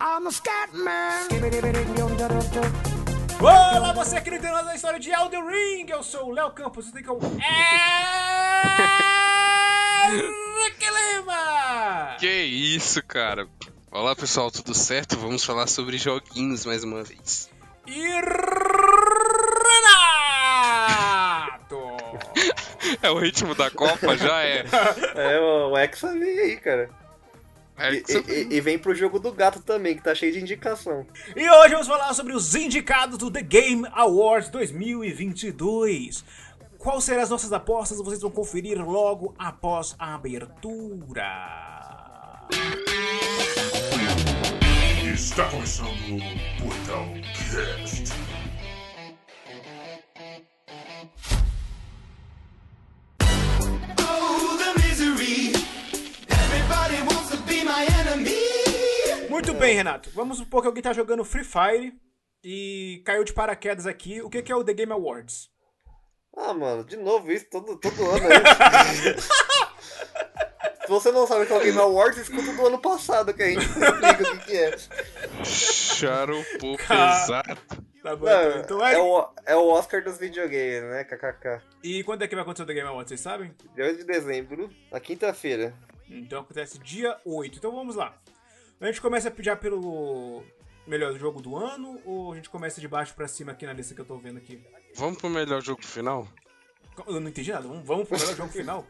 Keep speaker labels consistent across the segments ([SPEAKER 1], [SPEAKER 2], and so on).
[SPEAKER 1] I'm a scat man.
[SPEAKER 2] Olá, você que não entendeu nada da história de Elden Ring. Eu sou o Léo Campos, eu tenho como Eric Lima.
[SPEAKER 3] Que isso, cara. Olá, pessoal, tudo certo? Vamos falar sobre joguinhos mais uma vez.
[SPEAKER 2] E Renato.
[SPEAKER 3] É o ritmo da Copa, já é.
[SPEAKER 4] É, o Hexa vem aí, cara.
[SPEAKER 3] É
[SPEAKER 4] E,
[SPEAKER 3] que você-
[SPEAKER 4] e- e vem pro jogo do gato também, que tá cheio de indicação.
[SPEAKER 2] E hoje vamos falar sobre os indicados do The Game Awards 2022. Quais serão as nossas apostas? Vocês vão conferir logo após a abertura.
[SPEAKER 5] Está começando o Portal Cast.
[SPEAKER 6] Oh, the misery. Everybody wants to be my enemy.
[SPEAKER 2] Muito bem, Renato. Vamos supor que alguém tá jogando Free Fire e caiu de paraquedas aqui. O que que é o The Game Awards?
[SPEAKER 4] Ah, mano, de novo isso, todo, todo ano é isso. Se você não sabe o que é o Game Awards, escuta do ano passado que a gente explica o que, que é.
[SPEAKER 3] Charopô
[SPEAKER 2] Cara.
[SPEAKER 3] pesado.
[SPEAKER 2] Tá bom,
[SPEAKER 4] Não,
[SPEAKER 2] então é.
[SPEAKER 4] é, o, é o Oscar dos videogames, né? KKK.
[SPEAKER 2] E quando é que vai acontecer o The Game Awards, vocês sabem?
[SPEAKER 4] Dia 8 de dezembro, na quinta-feira.
[SPEAKER 2] Então acontece dia 8. Então vamos lá. A gente começa já pelo melhor jogo do ano ou a gente começa de baixo pra cima aqui na lista que eu tô vendo aqui?
[SPEAKER 3] Vamos pro melhor jogo final?
[SPEAKER 2] Eu não entendi nada. Vamos, vamos pro melhor jogo final?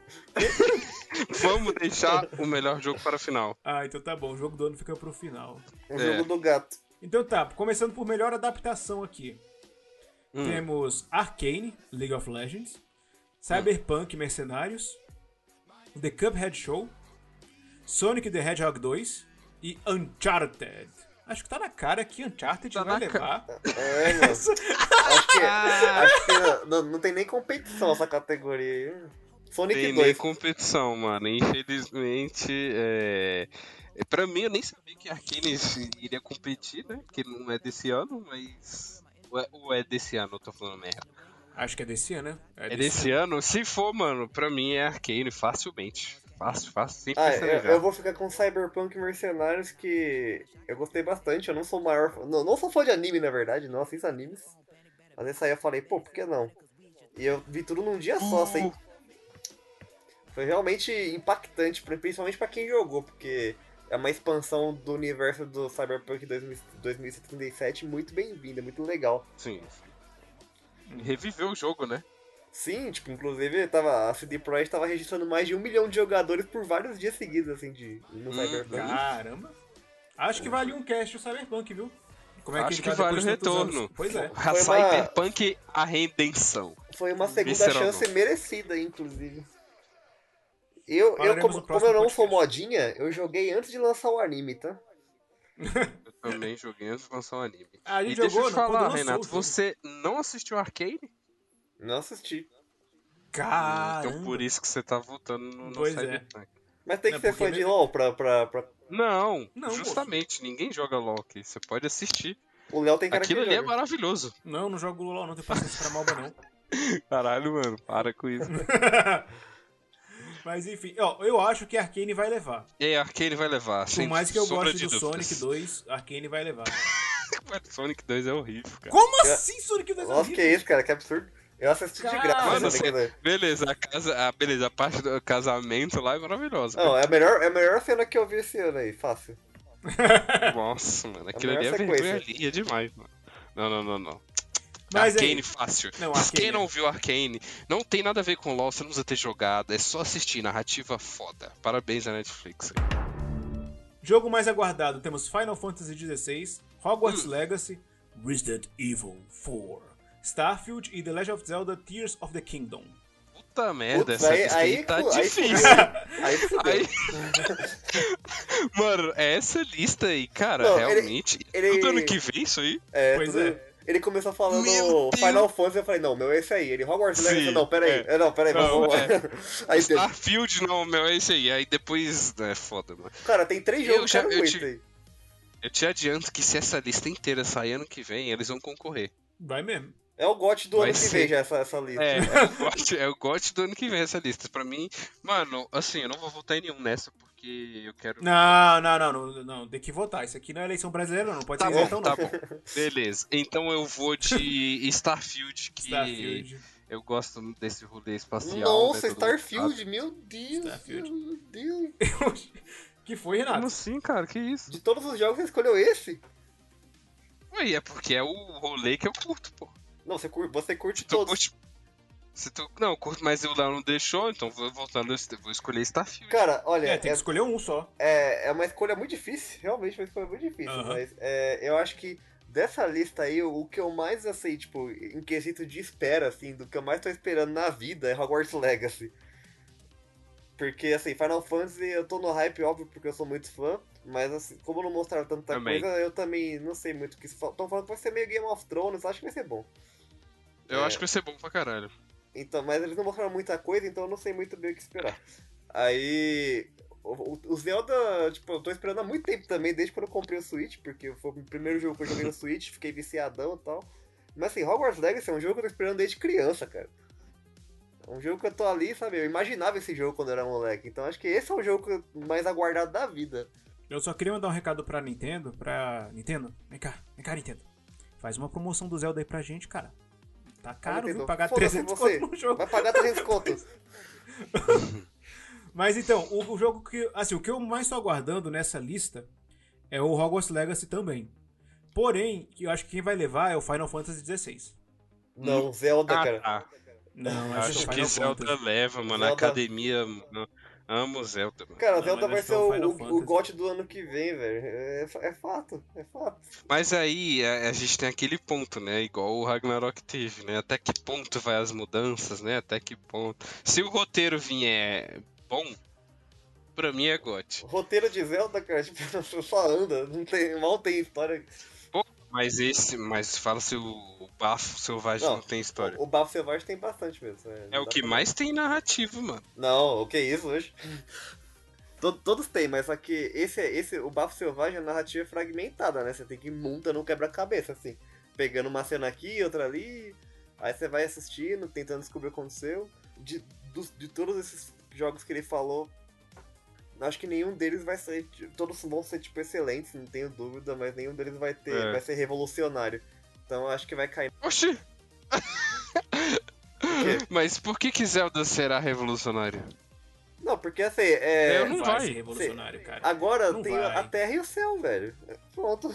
[SPEAKER 3] Vamos deixar o melhor jogo para a final.
[SPEAKER 2] Ah, então tá bom. O jogo do ano fica pro final.
[SPEAKER 4] O
[SPEAKER 3] É.
[SPEAKER 4] Um jogo do gato.
[SPEAKER 2] Então tá, começando por melhor adaptação aqui.
[SPEAKER 3] Hum.
[SPEAKER 2] Temos Arcane, League of Legends, Cyberpunk Mercenários, The Cuphead Show, Sonic the Hedgehog 2 e Uncharted. Acho que tá na cara que Uncharted
[SPEAKER 3] Tá
[SPEAKER 2] vai
[SPEAKER 3] na ca-
[SPEAKER 2] levar.
[SPEAKER 4] É, mano. Acho que, acho que não, não tem nem competição essa categoria aí. Sonic
[SPEAKER 3] Tem nem
[SPEAKER 4] 2.
[SPEAKER 3] competição, mano. Infelizmente, é... é, Pra mim, eu nem sabia que a Arkane iria competir, né? Porque não é desse ano, mas... Ou é- Ou é desse ano, eu tô falando merda.
[SPEAKER 2] Acho que é desse ano, né?
[SPEAKER 3] É desse ano? Se for, mano, pra mim é Arkane, facilmente. Fácil, fácil, sem
[SPEAKER 4] Ah,
[SPEAKER 3] pensar
[SPEAKER 4] eu,
[SPEAKER 3] já.
[SPEAKER 4] eu vou ficar com Cyberpunk Mercenários, que eu gostei bastante. Eu não sou o maior. fã- Não, não sou fã de anime, na verdade. Não assisto animes. Mas essa aí eu falei, pô, por que não? E eu vi tudo num dia
[SPEAKER 3] Hum.
[SPEAKER 4] só, assim. Foi realmente impactante, pra- principalmente pra quem jogou, porque é uma expansão do universo do Cyberpunk 2000 2077 muito bem-vinda, muito legal.
[SPEAKER 3] Sim. Reviveu o jogo, né?
[SPEAKER 4] Sim, tipo, inclusive tava, a CD Projekt tava registrando mais de um milhão de jogadores por vários dias seguidos, assim, de, no
[SPEAKER 3] Hum,
[SPEAKER 4] Cyberpunk.
[SPEAKER 2] Caramba. Acho que vale um cast o Cyberpunk, viu? Como
[SPEAKER 3] Acho
[SPEAKER 2] ele
[SPEAKER 3] que
[SPEAKER 2] tá
[SPEAKER 3] vale
[SPEAKER 2] depois
[SPEAKER 3] o
[SPEAKER 2] de tantos
[SPEAKER 3] retorno.
[SPEAKER 2] anos? Pois é.
[SPEAKER 3] A
[SPEAKER 4] Foi uma-
[SPEAKER 3] Cyberpunk, a redenção.
[SPEAKER 4] Foi uma segunda
[SPEAKER 3] Visceral,
[SPEAKER 4] chance merecida, inclusive. Eu, eu
[SPEAKER 2] Falaremos
[SPEAKER 4] como,
[SPEAKER 2] no
[SPEAKER 4] como
[SPEAKER 2] próximo
[SPEAKER 4] eu não sou
[SPEAKER 2] podcast.
[SPEAKER 4] modinha, eu joguei antes de lançar o anime, tá?
[SPEAKER 3] Eu também joguei antes de lançar o anime.
[SPEAKER 2] Ah, a
[SPEAKER 3] e
[SPEAKER 2] gente
[SPEAKER 3] deixa eu
[SPEAKER 2] jogou,
[SPEAKER 3] te
[SPEAKER 2] né? Quando
[SPEAKER 3] falar,
[SPEAKER 2] lançou o
[SPEAKER 3] Renato,
[SPEAKER 2] jogo.
[SPEAKER 3] você não assistiu Arcane?
[SPEAKER 4] Não assisti.
[SPEAKER 2] Caramba.
[SPEAKER 3] Então por isso que você tá voltando no, no
[SPEAKER 2] Ah, Pois é.
[SPEAKER 3] Cyberpunk.
[SPEAKER 4] Mas tem que
[SPEAKER 2] É,
[SPEAKER 4] ser
[SPEAKER 2] porque
[SPEAKER 4] fã de
[SPEAKER 2] ele-
[SPEAKER 4] LOL pra. pra, pra...
[SPEAKER 3] Não,
[SPEAKER 2] Não,
[SPEAKER 3] justamente, ninguém joga Loki. Você pode assistir.
[SPEAKER 4] O Léo tem cara
[SPEAKER 3] Aquilo
[SPEAKER 4] que
[SPEAKER 3] ali é
[SPEAKER 4] joga.
[SPEAKER 3] maravilhoso.
[SPEAKER 2] Não, não jogo LOL, não tenho paciência pra malba, não.
[SPEAKER 3] Caralho, mano, para com isso.
[SPEAKER 2] Mas enfim, ó, eu acho que Arkane vai levar.
[SPEAKER 3] é, Arcane vai levar.
[SPEAKER 2] Por
[SPEAKER 3] sem
[SPEAKER 2] mais que eu
[SPEAKER 3] sombra
[SPEAKER 2] goste
[SPEAKER 3] de
[SPEAKER 2] do
[SPEAKER 3] dúvidas.
[SPEAKER 2] Sonic 2, Arkane vai levar.
[SPEAKER 3] Mas Sonic 2 é horrível, cara.
[SPEAKER 2] Como assim Sonic 2 é
[SPEAKER 4] Nossa, que
[SPEAKER 2] horrível?
[SPEAKER 4] isso, cara, que absurdo. Eu assisti de
[SPEAKER 2] Cara,
[SPEAKER 4] graça.
[SPEAKER 3] Mano,
[SPEAKER 4] né,
[SPEAKER 3] você-
[SPEAKER 4] cara?
[SPEAKER 3] Beleza, a casa, a, beleza, a parte do casamento lá é maravilhosa.
[SPEAKER 4] Não, é a, melhor, é a melhor cena que eu vi esse ano aí, fácil.
[SPEAKER 3] Nossa, mano, aquilo
[SPEAKER 4] a
[SPEAKER 3] ali é
[SPEAKER 4] melhor
[SPEAKER 3] vergonha
[SPEAKER 4] sequência.
[SPEAKER 3] alheia demais, mano. Não, não, não, não.
[SPEAKER 2] Mas
[SPEAKER 3] Arcane
[SPEAKER 2] aí,
[SPEAKER 3] fácil.
[SPEAKER 2] Não,
[SPEAKER 3] Mas
[SPEAKER 2] Arcane
[SPEAKER 3] quem
[SPEAKER 2] é.
[SPEAKER 3] não viu Arcane, não tem nada a ver com LoL, você não precisa ter jogado, é só assistir, narrativa foda. Parabéns à Netflix.
[SPEAKER 2] jogo mais aguardado, temos Final Fantasy XVI,
[SPEAKER 3] Hum.
[SPEAKER 2] Hogwarts Legacy, Resident Evil 4, Starfield e The Legend of Zelda Tears of the Kingdom.
[SPEAKER 3] Puta merda,
[SPEAKER 4] Putz,
[SPEAKER 3] essa
[SPEAKER 4] aí-
[SPEAKER 3] lista
[SPEAKER 4] aí
[SPEAKER 3] aí tá
[SPEAKER 4] fu- aí
[SPEAKER 3] difícil.
[SPEAKER 4] Aí fudeu.
[SPEAKER 3] Aí- Mano, é essa lista aí, cara,
[SPEAKER 4] Não, ele-
[SPEAKER 3] realmente.
[SPEAKER 4] ele-
[SPEAKER 3] Tudo ano que vem isso aí?
[SPEAKER 4] É,
[SPEAKER 2] Pois
[SPEAKER 4] tudo-
[SPEAKER 2] é.
[SPEAKER 4] Ele começou falando
[SPEAKER 3] Meu Deus.
[SPEAKER 4] Final Fantasy, eu falei, não, meu, é esse aí. Ele Hogwarts
[SPEAKER 3] Sim,
[SPEAKER 4] Legacy, não, pera aí. É, não, pera aí,
[SPEAKER 2] Não,
[SPEAKER 4] vamos lá.
[SPEAKER 3] é.
[SPEAKER 4] Aí deu.
[SPEAKER 3] Starfield não, meu, é isso aí. Aí depois. É foda, mano.
[SPEAKER 4] Cara, tem três
[SPEAKER 3] Eu
[SPEAKER 4] jogos que
[SPEAKER 3] já-
[SPEAKER 4] eu não
[SPEAKER 3] eu
[SPEAKER 4] aguento
[SPEAKER 3] te-
[SPEAKER 4] aí.
[SPEAKER 3] Eu te adianto que se essa lista inteira sair ano que vem, eles vão concorrer.
[SPEAKER 2] Vai mesmo.
[SPEAKER 4] É o GOT do
[SPEAKER 3] Vai
[SPEAKER 4] ano que
[SPEAKER 3] ser.
[SPEAKER 4] vem já, essa, essa lista.
[SPEAKER 3] É, eu gosto, eu gosto do ano que vem essa lista. Pra mim, mano, assim, eu não vou votar em nenhum nessa, porque porque eu quero.
[SPEAKER 2] Não, não, não, não, não, tem que votar. Isso aqui não é eleição brasileira, não. Pode
[SPEAKER 3] Tá
[SPEAKER 2] ser
[SPEAKER 3] bom,
[SPEAKER 2] eleição,
[SPEAKER 3] tá
[SPEAKER 2] não.
[SPEAKER 3] bom. Beleza. Então eu vou de Starfield, que
[SPEAKER 2] Starfield.
[SPEAKER 3] eu gosto desse rolê espacial.
[SPEAKER 4] Nossa,
[SPEAKER 3] né, todo mundo sabe.
[SPEAKER 4] Starfield, meu Deus,
[SPEAKER 2] Starfield.
[SPEAKER 4] meu Deus.
[SPEAKER 2] que foi,
[SPEAKER 3] Como
[SPEAKER 2] Renato?
[SPEAKER 3] assim, cara? Que isso?
[SPEAKER 4] De todos os jogos, você escolheu esse?
[SPEAKER 3] Ué, é porque é o rolê que eu curto, pô.
[SPEAKER 4] Não, você curte, você curte
[SPEAKER 3] Se tu
[SPEAKER 4] todos.
[SPEAKER 3] curte. Se tu... Não, eu curto, mas o Léo não deixou, então vou voltando, eu vou escolher Starfield.
[SPEAKER 4] Cara, olha,
[SPEAKER 2] É, tem
[SPEAKER 4] é,
[SPEAKER 2] que escolher um só.
[SPEAKER 4] é, é uma escolha muito difícil, realmente uma escolha muito difícil.
[SPEAKER 2] Aham.
[SPEAKER 4] Mas é, eu acho que dessa lista aí, o, o que eu mais assim, tipo, em quesito de espera, assim, do que eu mais tô esperando na vida é Hogwarts Legacy. Porque, assim, Final Fantasy eu tô no hype, óbvio, porque eu sou muito fã. Mas, assim, como não mostraram tanta
[SPEAKER 3] Também.
[SPEAKER 4] coisa, eu também não sei muito o que. Estão falando que vai ser meio Game of Thrones, acho que vai ser bom.
[SPEAKER 3] Eu
[SPEAKER 4] é.
[SPEAKER 3] acho que vai ser bom pra caralho.
[SPEAKER 4] Então, mas eles não mostraram muita coisa, então eu não sei muito bem o que esperar. Aí. O, o- o Zelda, tipo, eu tô esperando há muito tempo também, desde quando eu comprei o Switch, porque foi o primeiro jogo que eu joguei no Switch, fiquei viciadão e tal. Mas assim, Hogwarts Legacy é um jogo que eu tô esperando desde criança, cara. É um jogo que eu tô ali, sabe? Eu imaginava esse jogo quando eu era moleque. Então acho que esse é o jogo que eu- mais aguardado da vida.
[SPEAKER 2] Eu só queria mandar um recado pra Nintendo, pra. Nintendo, vem cá, vem cá, Nintendo. Faz uma promoção do Zelda aí pra gente, cara. Tá caro,
[SPEAKER 4] Nintendo,
[SPEAKER 2] viu? Pagar
[SPEAKER 4] foda-se
[SPEAKER 2] 300
[SPEAKER 4] você,
[SPEAKER 2] conto no jogo.
[SPEAKER 4] Vai pagar 300 contos.
[SPEAKER 2] Mas então, o, o jogo que. Assim, o que eu mais tô aguardando nessa lista é o Hogwarts Legacy também. Porém, eu acho que quem vai levar é o Final Fantasy XVI.
[SPEAKER 4] Não, Zelda,
[SPEAKER 3] Ah,
[SPEAKER 4] cara.
[SPEAKER 3] tá.
[SPEAKER 2] Não, acho,
[SPEAKER 3] Acho
[SPEAKER 2] que
[SPEAKER 3] que
[SPEAKER 2] Final
[SPEAKER 3] Zelda
[SPEAKER 2] Fantasy.
[SPEAKER 3] leva, mano. A
[SPEAKER 4] Zelda-
[SPEAKER 3] academia, mano. Amo Zelda, mano.
[SPEAKER 4] Cara,
[SPEAKER 2] Não,
[SPEAKER 4] Zelda
[SPEAKER 2] mas
[SPEAKER 4] vai
[SPEAKER 2] esse
[SPEAKER 4] ser
[SPEAKER 2] é o
[SPEAKER 4] o,
[SPEAKER 2] Final
[SPEAKER 4] o, o
[SPEAKER 2] Fantasy.
[SPEAKER 4] GOT do ano que vem, velho. É, é fato, é fato.
[SPEAKER 3] Mas aí é, a, a gente tem aquele ponto, né? Igual o Ragnarok teve, né? Até que ponto vai as mudanças, né? Até que ponto. Se o roteiro vier bom, pra mim é gote.
[SPEAKER 4] Roteiro de Zelda, cara, tipo, só anda, não tem, mal tem história.
[SPEAKER 3] Mas esse, mas fala se o bafo selvagem
[SPEAKER 4] Não,
[SPEAKER 3] não, tem história.
[SPEAKER 4] O Bafo Selvagem tem bastante mesmo. né?
[SPEAKER 3] É o que mais tem narrativo, mano.
[SPEAKER 4] Não, o que é isso hoje? To- Todos têm, mas só que esse, é- esse, o Bafo Selvagem, a narrativa é fragmentada, né? Você tem que ir monta no quebra-cabeça, assim. Pegando uma cena aqui, outra ali. Aí você vai assistindo, tentando descobrir o que aconteceu. De, dos- de todos esses jogos que ele falou, acho que nenhum deles vai ser. Todos vão ser, tipo, excelentes, não tenho dúvida, mas nenhum deles vai ter.
[SPEAKER 3] É.
[SPEAKER 4] Vai ser revolucionário. Então acho que vai cair.
[SPEAKER 3] Oxi!
[SPEAKER 4] quê?
[SPEAKER 3] Mas por que, que Zelda será revolucionário?
[SPEAKER 4] Não, porque assim, é.
[SPEAKER 3] Eu não
[SPEAKER 2] vai
[SPEAKER 3] vai.
[SPEAKER 2] ser revolucionário, cara.
[SPEAKER 4] Agora
[SPEAKER 2] Não
[SPEAKER 4] tem
[SPEAKER 2] vai.
[SPEAKER 4] a terra e o céu, velho. Pronto.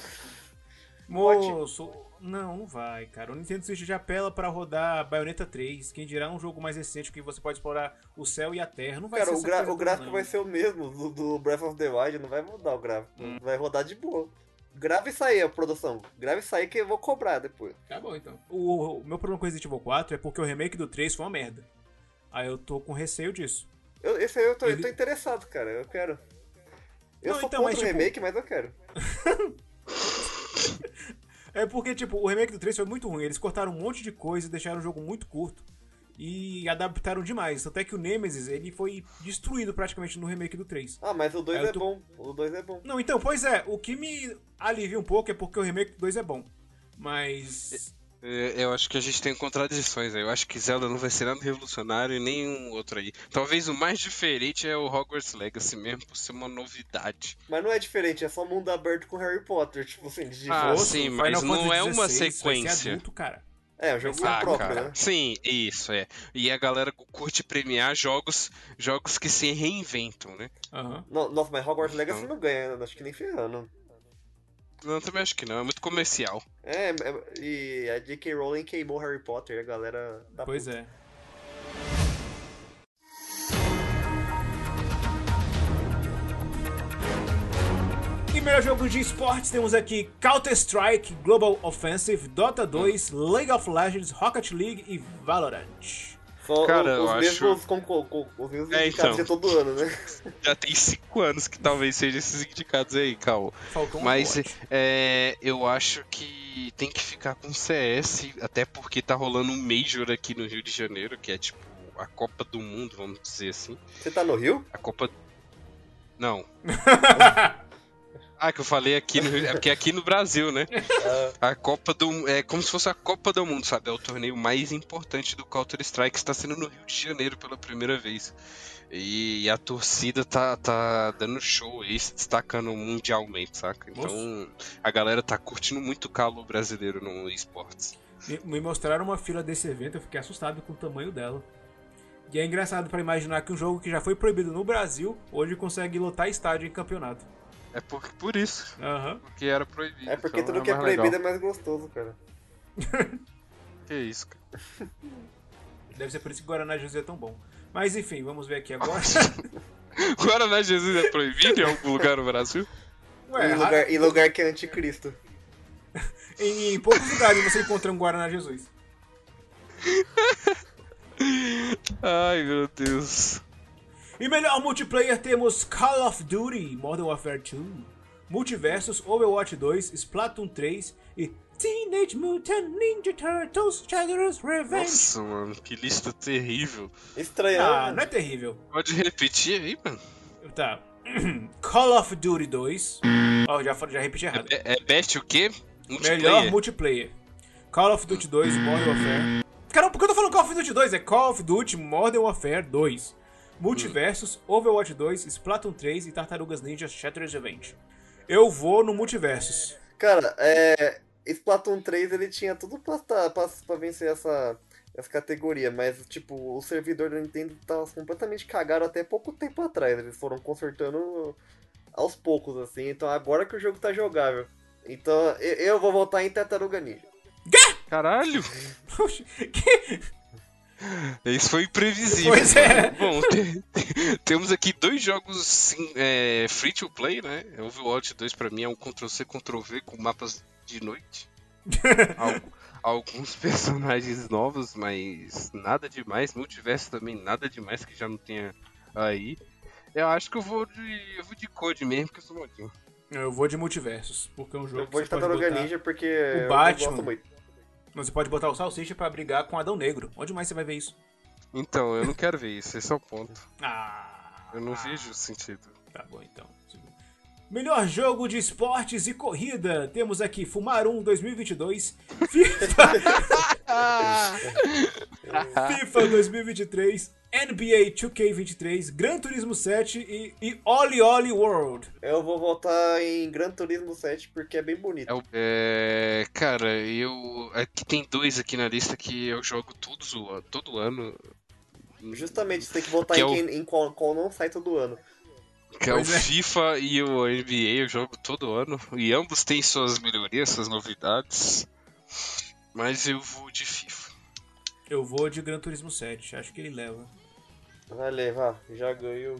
[SPEAKER 2] Moço, não, não vai, cara. O Nintendo Switch já apela pra rodar Bayonetta 3. Quem dirá um jogo mais recente que você pode explorar o céu e a terra. Não vai
[SPEAKER 4] Cara,
[SPEAKER 2] ser
[SPEAKER 4] o,
[SPEAKER 2] essa
[SPEAKER 4] gra-
[SPEAKER 2] coisa
[SPEAKER 4] o
[SPEAKER 2] toda,
[SPEAKER 4] gráfico
[SPEAKER 2] não.
[SPEAKER 4] vai ser o mesmo do, do Breath of the Wild, não vai mudar o gráfico.
[SPEAKER 2] Hum.
[SPEAKER 4] Vai rodar de boa. Grave isso aí, ó, produção. Grave isso aí que eu vou cobrar depois.
[SPEAKER 2] Tá bom, então. O, o meu problema com Resident Evil 4 é porque o remake do 3 foi uma merda. Aí eu tô com receio disso.
[SPEAKER 4] Eu, esse aí eu tô, eu
[SPEAKER 2] Ele-
[SPEAKER 4] tô interessado, cara. Eu quero. Eu
[SPEAKER 2] Não,
[SPEAKER 4] sou
[SPEAKER 2] então,
[SPEAKER 4] contra
[SPEAKER 2] mas,
[SPEAKER 4] o
[SPEAKER 2] tipo-
[SPEAKER 4] remake, mas eu quero.
[SPEAKER 2] É porque, tipo, o remake do 3 foi muito ruim. Eles cortaram um monte de coisa e deixaram o jogo muito curto. E adaptaram demais. Até que o Nemesis, ele foi destruído praticamente no remake do 3.
[SPEAKER 4] Ah, mas o 2
[SPEAKER 2] Aí eu
[SPEAKER 4] é
[SPEAKER 2] tô-
[SPEAKER 4] bom. O 2 é bom.
[SPEAKER 2] Não, então, pois é. O que me alivia um pouco é porque o remake do 2 é bom. Mas...
[SPEAKER 3] É, Eu acho que a gente tem contradições aí. Eu acho que Zelda não vai ser nada revolucionário e nenhum outro aí. Talvez o mais diferente é o Hogwarts Legacy mesmo, por ser uma novidade.
[SPEAKER 4] Mas não é diferente, é só mundo aberto com Harry Potter. Tipo assim, de
[SPEAKER 3] Ah,
[SPEAKER 4] novo.
[SPEAKER 2] Moço,
[SPEAKER 3] sim,
[SPEAKER 2] Final
[SPEAKER 3] mas não
[SPEAKER 2] Fantasy
[SPEAKER 3] é uma
[SPEAKER 2] XVI Vai ser
[SPEAKER 3] sequência.
[SPEAKER 2] adulto, cara.
[SPEAKER 4] É, o jogo
[SPEAKER 3] Ah,
[SPEAKER 4] próprio,
[SPEAKER 3] cara.
[SPEAKER 4] né?
[SPEAKER 3] Sim, isso é. E a galera curte premiar jogos, jogos que se reinventam, né?
[SPEAKER 2] Aham.
[SPEAKER 4] No- Nossa, mas Hogwarts
[SPEAKER 2] Então.
[SPEAKER 4] Legacy não ganha, né? acho que nem ferrando.
[SPEAKER 3] Não, eu também acho que não, é muito comercial.
[SPEAKER 4] É, é- e a J.K. Rowling queimou Harry Potter, a galera da
[SPEAKER 2] Pois é. E melhor jogo de esportes temos aqui Counter-Strike, Global Offensive, Dota 2,
[SPEAKER 3] Hum.
[SPEAKER 2] League of Legends, Rocket League e Valorant.
[SPEAKER 4] Só
[SPEAKER 3] Cara,
[SPEAKER 4] o-
[SPEAKER 3] eu
[SPEAKER 4] os,
[SPEAKER 3] acho-
[SPEAKER 4] mesmos com, com, com- os mesmos
[SPEAKER 3] É,
[SPEAKER 4] indicados
[SPEAKER 3] então.
[SPEAKER 4] de todo ano, né?
[SPEAKER 3] Já tem cinco anos que talvez sejam esses indicados aí, Cal.
[SPEAKER 2] Faltou um
[SPEAKER 3] Mas
[SPEAKER 2] pote.
[SPEAKER 3] é, eu acho que tem que ficar com CS, até porque tá rolando um Major aqui no Rio de Janeiro, que é tipo a Copa do Mundo, vamos dizer assim.
[SPEAKER 4] Você tá no Rio?
[SPEAKER 3] A Copa. Não. Ah, que eu falei aqui no, é porque é aqui no Brasil, né? A Copa do é como se fosse a Copa do Mundo, sabe? É o torneio mais importante do Counter Strike está sendo no Rio de Janeiro pela primeira vez. E, a torcida tá, tá dando show e se destacando mundialmente, saca? Então a galera tá curtindo muito o calor brasileiro no esportes.
[SPEAKER 2] Me, me mostraram uma fila desse evento, eu fiquei assustado com o tamanho dela. E é engraçado pra imaginar que um jogo que já foi proibido no Brasil, hoje consegue lotar estádio em campeonato.
[SPEAKER 3] É por, por isso
[SPEAKER 2] Aham.
[SPEAKER 3] que era proibido.
[SPEAKER 4] É porque
[SPEAKER 3] então
[SPEAKER 4] tudo que é
[SPEAKER 3] mais
[SPEAKER 4] proibido
[SPEAKER 3] legal.
[SPEAKER 4] é mais gostoso, cara.
[SPEAKER 3] Que isso, cara.
[SPEAKER 2] Deve ser por isso que Guaraná José é tão bom. Mas enfim, vamos ver aqui agora.
[SPEAKER 3] Guaraná Jesus é proibido em algum lugar no Brasil?
[SPEAKER 2] Ué, um
[SPEAKER 4] e,
[SPEAKER 2] ra-
[SPEAKER 4] lugar, e lugar que é anticristo.
[SPEAKER 2] em, em poucos lugares você encontra um Guaraná Jesus.
[SPEAKER 3] Ai, meu Deus.
[SPEAKER 2] E melhor multiplayer temos Call of Duty Modern Warfare 2, Multiversus, Overwatch 2, Splatoon 3 e Teenage Mutant Ninja Turtles Shadow's Revenge.
[SPEAKER 3] Nossa, mano, que lista terrível.
[SPEAKER 4] Estranho.
[SPEAKER 2] Ah,
[SPEAKER 4] né?
[SPEAKER 2] não é terrível.
[SPEAKER 3] Pode repetir aí, mano?
[SPEAKER 2] Tá. Call of Duty 2. Ó, já, fa- já repeti errado.
[SPEAKER 3] É, é best o quê?
[SPEAKER 2] Melhor
[SPEAKER 3] Multiplayer.
[SPEAKER 2] multiplayer. Call of Duty 2, Modern Warfare. Caramba, por que eu tô falando Call of Duty 2? É Call of Duty Modern Warfare 2. Multiversos, Overwatch 2, Splatoon 3 e Tartarugas Ninja Shattered Event. Eu vou no Multiversus.
[SPEAKER 4] Cara, é, Splatoon 3 ele tinha tudo pra, tá- pra, pra vencer essa, essa categoria, mas tipo, o servidor da Nintendo tava completamente cagado até pouco tempo atrás. Eles foram consertando aos poucos, assim, então agora que o jogo tá jogável. Então eu, eu vou votar em Tartaruga Ninja.
[SPEAKER 3] Caralho!
[SPEAKER 2] Oxi, que-
[SPEAKER 3] Isso foi imprevisível.
[SPEAKER 2] Pois é.
[SPEAKER 3] Bom, te- temos aqui dois jogos sim, é, free to play, né? Overwatch 2 pra mim é um Ctrl-C, Ctrl-V com mapas de noite. Al- alguns personagens novos, mas nada demais. Multiverso também, nada demais que já não tenha aí. Eu acho que eu vou de, eu vou de Code mesmo, porque eu sou modinho.
[SPEAKER 2] Eu vou de Multiversos, porque é um jogo
[SPEAKER 4] Eu vou
[SPEAKER 2] que você
[SPEAKER 4] de
[SPEAKER 2] pode
[SPEAKER 4] Tartaruga
[SPEAKER 2] botar...
[SPEAKER 4] Ninja porque eu
[SPEAKER 2] Batman.
[SPEAKER 4] gosto muito.
[SPEAKER 2] Você pode botar o Salsicha pra brigar com Adão Negro. Onde mais você vai ver isso?
[SPEAKER 3] Então, eu não quero ver isso, esse é o ponto.
[SPEAKER 2] Ah...
[SPEAKER 3] Eu não vejo sentido.
[SPEAKER 2] Tá bom então. Melhor jogo de esportes e corrida. Temos aqui Fumar 1 2022, FIFA, FIFA 2023, NBA 2K23, Gran Turismo 7 e, e Oli Oli World.
[SPEAKER 4] Eu vou votar em Gran Turismo 7 porque é bem bonito.
[SPEAKER 3] É, o- é, cara, eu. Aqui tem dois aqui na lista que eu jogo todos o, todo ano.
[SPEAKER 4] Justamente, você tem que votar
[SPEAKER 3] Que
[SPEAKER 4] em,
[SPEAKER 3] é o-
[SPEAKER 4] quem, em qual, qual não sai todo ano.
[SPEAKER 3] Que é o
[SPEAKER 2] Pois é.
[SPEAKER 3] FIFA e o NBA, eu jogo todo ano. E ambos têm suas melhorias, suas novidades. Mas eu vou de FIFA.
[SPEAKER 2] Eu vou de Gran Turismo 7, acho que ele leva.
[SPEAKER 4] Vai levar, já ganhou.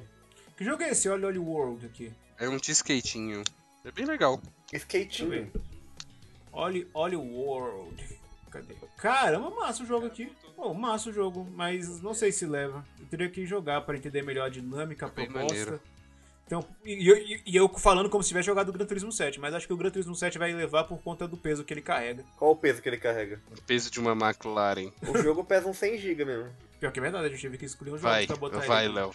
[SPEAKER 2] Que jogo é esse Oli Oli World aqui?
[SPEAKER 3] É um de skatinho. É bem legal.
[SPEAKER 4] Skatinho.
[SPEAKER 2] Oli Oli World. Cadê? Caramba, massa o jogo aqui. Pô, massa o jogo, mas não sei se leva. Eu teria que jogar para entender melhor a dinâmica, a
[SPEAKER 3] Bem
[SPEAKER 2] proposta.
[SPEAKER 3] maneiro.
[SPEAKER 2] Então, e, eu- e- e eu falando como se tivesse jogado o Gran Turismo 7, mas acho que o Gran Turismo 7 vai levar por conta do peso que ele carrega.
[SPEAKER 4] Qual o peso que ele carrega?
[SPEAKER 3] O peso de uma McLaren.
[SPEAKER 4] O jogo pesa uns 100 GB mesmo.
[SPEAKER 2] Pior que é verdade, a gente teve que escolher um jogo
[SPEAKER 3] Vai,
[SPEAKER 2] pra botar
[SPEAKER 3] vai,
[SPEAKER 2] ele.
[SPEAKER 3] Léo.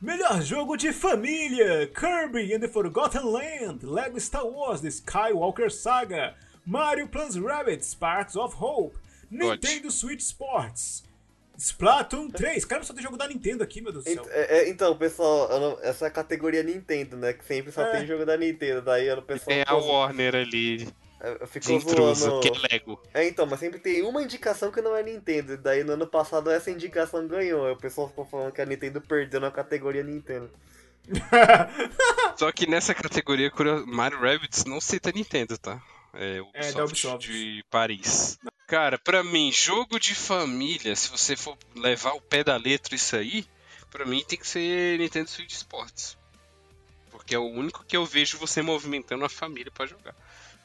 [SPEAKER 2] Melhor jogo de família: Kirby and the Forgotten Land, Lego Star Wars The Skywalker Saga, Mario Plus Rabbit Sparks of Hope, Nintendo Switch Sports, Splatoon 3. Cara, só tem jogo da Nintendo aqui, meu Deus do céu.
[SPEAKER 4] Ent- é- é, então, pessoal, eu não- essa é a categoria Nintendo, né? Que sempre só
[SPEAKER 2] É.
[SPEAKER 4] tem jogo da Nintendo. Daí eu- o pessoal
[SPEAKER 3] É a
[SPEAKER 4] ficou-
[SPEAKER 3] Warner ali,
[SPEAKER 4] é,
[SPEAKER 3] de
[SPEAKER 4] ficou
[SPEAKER 3] intruso,
[SPEAKER 4] zoando.
[SPEAKER 3] que é Lego.
[SPEAKER 4] É, então, mas sempre tem uma indicação que não é Nintendo. Daí no ano passado essa indicação ganhou. Aí o pessoal ficou falando que a Nintendo perdeu na categoria Nintendo.
[SPEAKER 3] Só que nessa categoria, curio- Mario Rabbids não cita Nintendo, tá? É o
[SPEAKER 2] É,
[SPEAKER 3] é,
[SPEAKER 2] da Ubisoft.
[SPEAKER 3] de Paris. Cara, pra mim, jogo de família, se você for levar o pé da letra isso aí, pra mim tem que ser Nintendo Switch Sports. Porque é o único que eu vejo você movimentando a família pra jogar.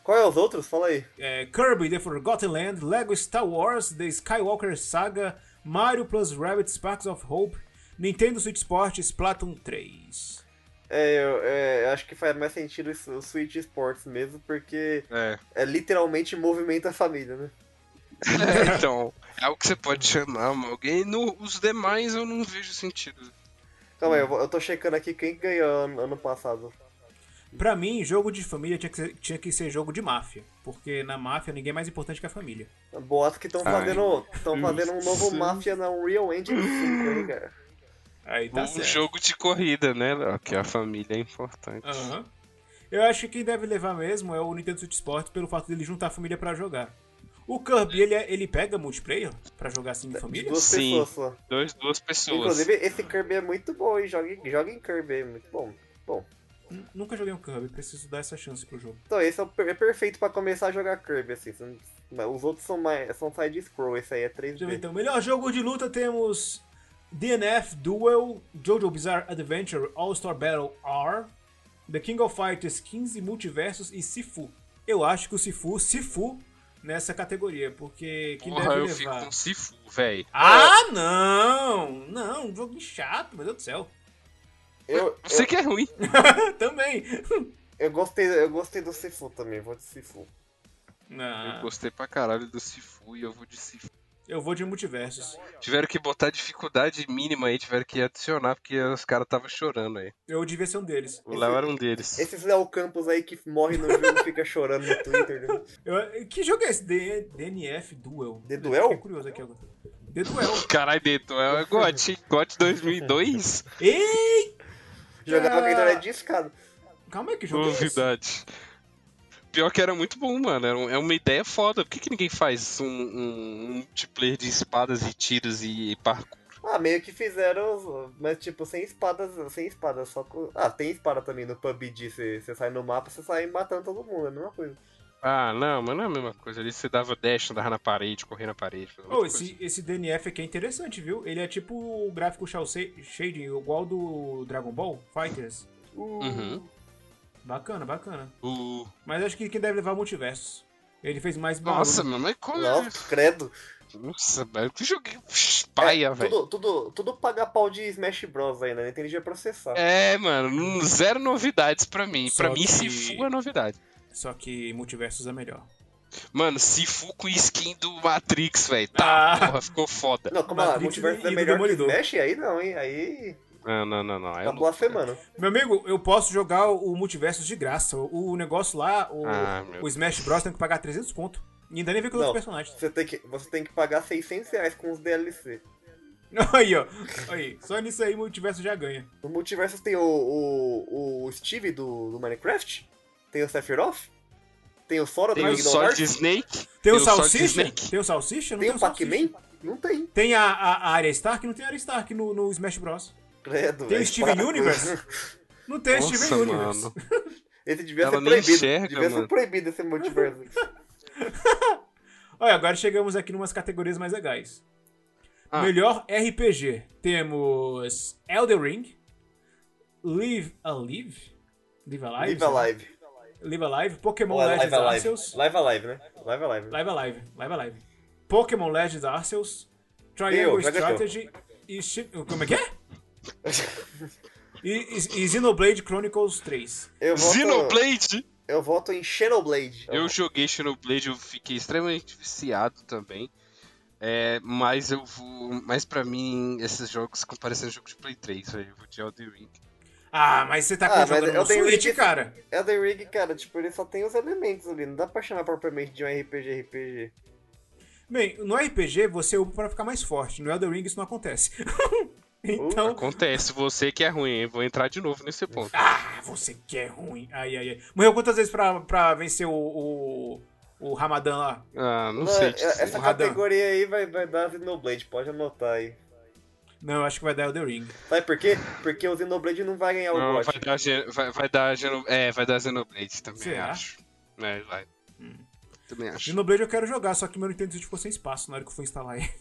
[SPEAKER 4] Qual é os outros? Fala aí.
[SPEAKER 2] É, Kirby The Forgotten Land, Lego Star Wars The Skywalker Saga, Mario Plus Rabbit Sparks of Hope, Nintendo Switch Sports Splatoon 3.
[SPEAKER 4] É, eu é, eu acho que faz mais sentido isso- o Switch Sports mesmo, porque
[SPEAKER 3] É.
[SPEAKER 4] é literalmente movimenta a família, né?
[SPEAKER 3] então, é algo que você pode chamar mas alguém. No, os demais eu não vejo sentido.
[SPEAKER 2] Uhum.
[SPEAKER 4] Calma aí, eu, vou- eu tô checando aqui quem ganhou ano, ano passado.
[SPEAKER 2] Pra mim, jogo de família tinha que, ser, tinha que ser jogo de máfia. Porque na máfia ninguém é mais importante que a família.
[SPEAKER 4] Boato que estão
[SPEAKER 3] Ai.
[SPEAKER 4] fazendo,
[SPEAKER 2] Hum.
[SPEAKER 4] tão fazendo um novo Mafia na Unreal Engine 5 aí, cara.
[SPEAKER 2] Aí tá
[SPEAKER 3] Um
[SPEAKER 2] certo.
[SPEAKER 3] jogo de corrida, né, Léo? Que a família é importante.
[SPEAKER 2] Aham. Eu acho que quem deve levar mesmo é o Nintendo Switch Sports pelo fato dele juntar a família pra jogar. O Kirby, ele, é- ele pega multiplayer pra jogar assim em
[SPEAKER 4] De
[SPEAKER 2] família?
[SPEAKER 4] duas
[SPEAKER 3] Sim.
[SPEAKER 4] pessoas só.
[SPEAKER 3] Dois, duas pessoas.
[SPEAKER 4] Inclusive, esse Kirby é muito bom, hein? Joguem, joguem Kirby, é muito bom. Bom,
[SPEAKER 2] N- Nunca joguei um Kirby, preciso dar essa chance pro jogo.
[SPEAKER 4] então esse é, o per- é perfeito pra começar a jogar Kirby, assim. você não- mas Os outros são, mais- são side-scroll, esse aí é
[SPEAKER 2] Deixa eu ver,
[SPEAKER 4] 3D.
[SPEAKER 2] Então, melhor jogo de luta temos DNF Duel, Jojo Bizarre Adventure All-Star Battle R, The King of Fighters 15 Multiversos e Sifu. Eu acho que o Sifu, Sifu nessa categoria, porque quem
[SPEAKER 3] Porra,
[SPEAKER 2] deve
[SPEAKER 3] eu fico
[SPEAKER 2] levar.
[SPEAKER 3] com Sifu, velho.
[SPEAKER 2] Ah, não! Não, um jogo chato, meu Deus do céu.
[SPEAKER 4] Eu,
[SPEAKER 3] Você que é ruim.
[SPEAKER 2] Também.
[SPEAKER 4] eu, eu, gostei, eu gostei do Sifu também, vou de Sifu.
[SPEAKER 3] Eu
[SPEAKER 2] Não,
[SPEAKER 3] gostei pra caralho do Sifu e eu vou de Sifu.
[SPEAKER 2] eu vou de multiversos.
[SPEAKER 3] Tiveram que botar dificuldade mínima aí, tiveram que adicionar, porque os caras estavam chorando aí.
[SPEAKER 2] Eu devia ser um deles.
[SPEAKER 3] O Léo era um deles.
[SPEAKER 4] Esses Léo Campos aí que morre no jogo e fica chorando no Twitter. né?
[SPEAKER 2] Eu- que jogo é esse? D- DNF Duel.
[SPEAKER 4] The Duel?
[SPEAKER 2] Fiquei curioso aqui agora. The Duel.
[SPEAKER 3] Caralho, Deto, é o GOT, hein? GOT 2002?
[SPEAKER 2] Ei!
[SPEAKER 4] Jogava com
[SPEAKER 2] Ah.
[SPEAKER 4] a história discada.
[SPEAKER 2] Calma aí, que jogo é esse?
[SPEAKER 3] Novidade. Pior que era muito bom, mano. Era um- é uma ideia foda. Por que, que ninguém faz um, um, um multiplayer de espadas e tiros e parkour?
[SPEAKER 4] Ah, meio que fizeram, os- mas tipo, sem espadas, sem espadas, só com... Ah, tem espada também no PUBG, você você sai no mapa, você sai matando todo mundo, é a mesma coisa.
[SPEAKER 3] Ah, não, mas não é a mesma coisa. Ali você dava dash, andava na parede, corria na parede. fazia
[SPEAKER 2] Oh,
[SPEAKER 3] outra coisa.
[SPEAKER 2] esse, esse DNF aqui é interessante, viu? Ele é tipo o gráfico shal- shading, igual do Dragon Ball Fighters.
[SPEAKER 3] Uhum.
[SPEAKER 2] Bacana, bacana.
[SPEAKER 3] O-
[SPEAKER 2] Mas acho que quem deve levar é o multiversos. Ele fez mais barulho.
[SPEAKER 3] Nossa, mano, mas como é?
[SPEAKER 4] Nossa, credo.
[SPEAKER 3] Nossa, velho, que joguinho
[SPEAKER 4] É,
[SPEAKER 3] paia, velho.
[SPEAKER 4] tudo, tudo, tudo paga pau de Smash Bros aí, né? Nintendo ia processar.
[SPEAKER 3] É, mano, não- zero novidades pra mim.
[SPEAKER 2] Só
[SPEAKER 3] pra mim,
[SPEAKER 2] que-
[SPEAKER 3] Sifu é novidade.
[SPEAKER 2] Só que multiversos é melhor.
[SPEAKER 3] Mano, Sifu com skin do Matrix, velho. Tá,
[SPEAKER 2] Ah.
[SPEAKER 3] porra, ficou foda.
[SPEAKER 4] Não, como é lá,
[SPEAKER 2] Matrix
[SPEAKER 4] multiverso
[SPEAKER 2] e-
[SPEAKER 4] é
[SPEAKER 2] e do
[SPEAKER 4] melhor que
[SPEAKER 2] Demolidor.
[SPEAKER 4] Smash? Aí não, hein?
[SPEAKER 3] É
[SPEAKER 4] Aí
[SPEAKER 3] Não, não, não, não. aí
[SPEAKER 4] tá
[SPEAKER 3] eu não-
[SPEAKER 4] blasfemando.
[SPEAKER 2] Meu amigo, eu posso jogar o multiversos de graça. O o negócio lá, o,
[SPEAKER 3] Ah, meu
[SPEAKER 2] o Smash Bros. tem que pagar 300 conto. E ainda nem vem com os
[SPEAKER 4] Não.
[SPEAKER 2] outros personagens.
[SPEAKER 4] Você tem, que, você tem que pagar 600 reais com os DLC.
[SPEAKER 2] Aí, ó. Aí, só nisso aí o multiverso já ganha.
[SPEAKER 4] No multiverso tem o, o, o Steve do, do Minecraft, tem o Sephiroth, tem o Sora
[SPEAKER 3] Tem
[SPEAKER 4] do
[SPEAKER 3] o
[SPEAKER 4] Kingdom
[SPEAKER 3] Sword
[SPEAKER 4] Hearts,
[SPEAKER 3] Snake.
[SPEAKER 2] Tem o
[SPEAKER 3] Sword
[SPEAKER 2] Salsicha?
[SPEAKER 3] Snake.
[SPEAKER 2] Tem o Salsicha? Não
[SPEAKER 4] tem o
[SPEAKER 2] Salsicha.
[SPEAKER 4] Pac-Man? Não tem.
[SPEAKER 2] Tem a, a, a Arya Stark? Não tem a Arya Stark no, no Smash Bros.
[SPEAKER 4] Credo,
[SPEAKER 2] Tem o
[SPEAKER 4] velho,
[SPEAKER 2] Steven
[SPEAKER 4] para com
[SPEAKER 2] Universe?
[SPEAKER 4] isso.
[SPEAKER 2] Não tem a
[SPEAKER 3] Nossa,
[SPEAKER 2] Steven Universe.
[SPEAKER 3] mano.
[SPEAKER 4] Esse devia
[SPEAKER 3] Ela
[SPEAKER 4] ser
[SPEAKER 3] nem
[SPEAKER 4] proibido.
[SPEAKER 3] enxerga,
[SPEAKER 4] devia
[SPEAKER 3] mano.
[SPEAKER 4] ser proibido esse multiverso.
[SPEAKER 2] Olha, agora chegamos aqui em umas categorias mais legais.
[SPEAKER 3] Ah.
[SPEAKER 2] Melhor RPG. Temos Elden Ring, Live Alive, Live Alive,
[SPEAKER 4] Live a live.
[SPEAKER 2] Live Alive, Pokémon
[SPEAKER 4] Ou é
[SPEAKER 2] Legends
[SPEAKER 4] live a live.
[SPEAKER 2] Arceus,
[SPEAKER 4] Live a live, né? Live a live. né?
[SPEAKER 2] Live Alive, Live Alive, Pokémon Legends Arceus, Triangle
[SPEAKER 4] Meu, joga
[SPEAKER 2] Strategy e Shi- como é que é? E, e, e Xenoblade Chronicles 3.
[SPEAKER 4] Eu voto,
[SPEAKER 3] Xenoblade!
[SPEAKER 4] Eu voto em Xenoblade.
[SPEAKER 3] Eu joguei Xenoblade, eu fiquei extremamente viciado também. É, mas eu vou. Mas pra mim, esses jogos ficam parecendo jogo de Play 3, velho. Eu vou de Elden Ring.
[SPEAKER 2] Ah, mas você tá
[SPEAKER 4] Ah,
[SPEAKER 2] ah,
[SPEAKER 4] mas
[SPEAKER 2] jogando no
[SPEAKER 4] Elden Ring-
[SPEAKER 2] Switch, cara.
[SPEAKER 4] Elden Ring, cara, tipo, ele só tem os elementos ali. Não dá pra chamar propriamente de um RPG, RPG.
[SPEAKER 2] Bem, no RPG você upa pra ficar mais forte. No Elden Ring isso não acontece. então,
[SPEAKER 3] Acontece, você que é ruim, hein? Vou entrar de novo nesse ponto.
[SPEAKER 2] ah, você que é ruim. Ai, ai, ai. Morreu quantas vezes pra, pra vencer o, o, o Ramadã lá?
[SPEAKER 3] Ah, não
[SPEAKER 4] Não,
[SPEAKER 3] sei.
[SPEAKER 4] é-
[SPEAKER 3] dizer.
[SPEAKER 4] essa
[SPEAKER 2] Radam.
[SPEAKER 4] categoria aí vai, vai dar Xenoblade, pode anotar aí.
[SPEAKER 2] Não, eu acho que vai dar Elden Ring.
[SPEAKER 4] Sabe por quê? Porque o Xenoblade não vai ganhar o
[SPEAKER 3] Não,
[SPEAKER 4] GOT.
[SPEAKER 3] vai dar, Gen- vai, vai dar Geno- é, vai dar Xenoblade também,
[SPEAKER 2] Será? Hum.
[SPEAKER 3] acho. É, vai. Também acho.
[SPEAKER 2] Xenoblade eu quero jogar, só que meu Nintendo Switch ficou sem espaço na hora que eu fui instalar ele.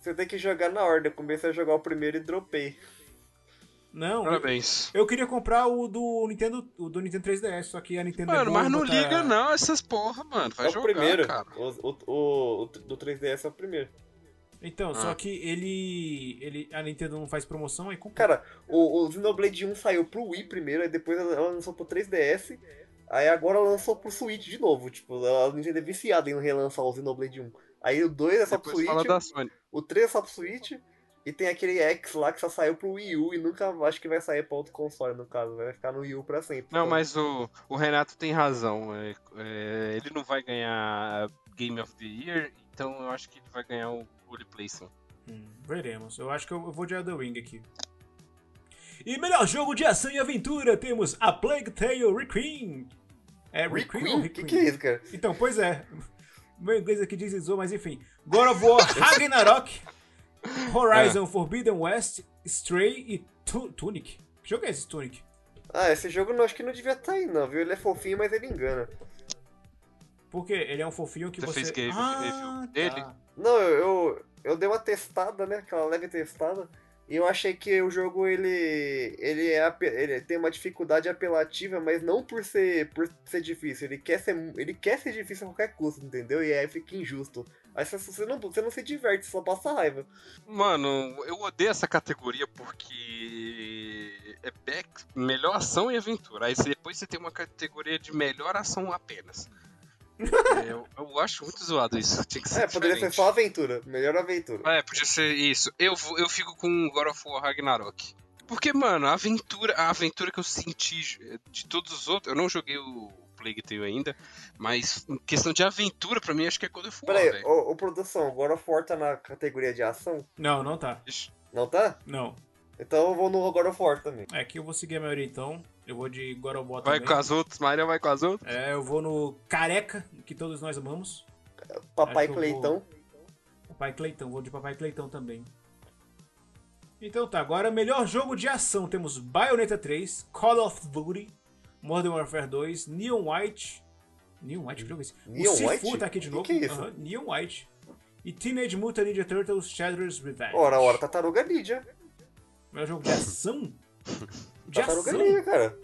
[SPEAKER 4] Você tem que jogar na ordem. Eu comecei a jogar o primeiro e dropei.
[SPEAKER 2] Não,
[SPEAKER 3] Parabéns.
[SPEAKER 2] eu queria comprar o do Nintendo, o do Nintendo 3DS, só que a Nintendo é
[SPEAKER 3] Mano,
[SPEAKER 2] boa
[SPEAKER 3] mas
[SPEAKER 2] em
[SPEAKER 3] não
[SPEAKER 2] botar-
[SPEAKER 3] liga não essas porra, mano. Vai
[SPEAKER 4] é o
[SPEAKER 3] jogar,
[SPEAKER 4] primeiro.
[SPEAKER 3] cara.
[SPEAKER 4] O, o, o, o do 3DS é o primeiro.
[SPEAKER 2] Então,
[SPEAKER 3] Ah.
[SPEAKER 2] só que ele, ele a Nintendo não faz promoção aí compra.
[SPEAKER 4] Cara, o, o Xenoblade 1 saiu pro Wii primeiro, aí depois ela lançou pro 3DS, aí agora ela lançou pro Switch de novo. Tipo, ela Nintendo é viciada em relançar o Xenoblade 1. Aí o 2 é só pro
[SPEAKER 3] Depois fala
[SPEAKER 4] Switch,
[SPEAKER 3] da Sony.
[SPEAKER 4] o 3 é só pro Switch, E tem aquele X lá que só saiu pro Wii U e nunca acho que vai sair pra outro console, no caso. Vai ficar no Wii U pra sempre. Então,
[SPEAKER 3] Não, mas o, o Renato tem razão. é, é, ele não vai ganhar Game of the Year, então eu acho que ele vai ganhar o Holy Placement.
[SPEAKER 2] Hum, veremos. Eu acho que eu eu vou de The Wing aqui. E melhor jogo de ação e aventura temos a Plague Tale Requiem. É Requiem ou
[SPEAKER 4] Requiem? O que, que é isso, cara?
[SPEAKER 2] Então, pois é. Meu inglês aqui deslizou, mas enfim. God of War Ragnarok,
[SPEAKER 3] É.
[SPEAKER 2] Horizon Forbidden West, Stray e Tu- Tunic. Que jogo é esse, Tunic?
[SPEAKER 4] Ah, esse jogo não, acho que não devia estar aí, não, viu? Ele é fofinho, mas ele engana.
[SPEAKER 2] Porque ele é um fofinho que
[SPEAKER 3] Você
[SPEAKER 2] você...
[SPEAKER 3] fez game
[SPEAKER 2] ah,
[SPEAKER 3] review dele?
[SPEAKER 2] tá.
[SPEAKER 4] Não, eu, eu, eu dei uma testada, né? Aquela leve testada. E eu achei que o jogo ele ele, é, ape- ele tem uma dificuldade apelativa, mas não por ser por ser difícil. Ele quer ser mu- ele quer ser difícil a qualquer custo, entendeu? E aí fica injusto. Aí você, você não você não se diverte, só passa raiva. É,
[SPEAKER 3] Mano, eu odeio essa categoria porque é back- melhor ação e aventura. Aí você- depois você tem uma categoria de melhor ação apenas. É, eu, eu acho muito zoado isso. Tinha que ser
[SPEAKER 4] É, poderia ser
[SPEAKER 3] diferente.
[SPEAKER 4] só aventura, melhor aventura.
[SPEAKER 3] É, podia ser isso. Eu, vou- eu fico com God of War Ragnarok. Porque, mano, a aventura, a aventura que eu senti de todos os outros. Eu não joguei o Plague Tale ainda, mas em questão de aventura, pra mim, acho que é God of War,
[SPEAKER 4] Peraí,
[SPEAKER 3] velho.
[SPEAKER 4] ô, ô produção, God of War tá na categoria de ação?
[SPEAKER 2] Não, não tá.
[SPEAKER 4] Não tá?
[SPEAKER 2] Não.
[SPEAKER 4] Então eu vou no God of War também.
[SPEAKER 2] É, aqui eu vou seguir a maioria então. Eu vou de God of War
[SPEAKER 3] Vai
[SPEAKER 2] também.
[SPEAKER 3] com as outras, Maria vai com as outras.
[SPEAKER 2] É, eu vou no Careca, que todos nós amamos.
[SPEAKER 4] Papai
[SPEAKER 2] Acho que eu
[SPEAKER 4] Cleitão.
[SPEAKER 2] vou- Papai Cleitão, vou de Papai Cleitão também. Então tá, agora melhor jogo de ação. Temos Bayonetta 3, Call of Duty, Modern Warfare 2, Neon White. Neon White, que jogo é esse?
[SPEAKER 4] Neon
[SPEAKER 2] o Sifu
[SPEAKER 4] White?
[SPEAKER 2] tá aqui de
[SPEAKER 4] Que
[SPEAKER 2] novo.
[SPEAKER 4] que é isso?
[SPEAKER 2] Aham, Neon White. E Teenage Mutant Ninja Turtles Shredder's Revenge.
[SPEAKER 4] Ora, ora, tá- Tartaruga Ninja.
[SPEAKER 2] Melhor jogo de ação? De
[SPEAKER 4] Tartaruga
[SPEAKER 2] ação?
[SPEAKER 4] Ninja, cara.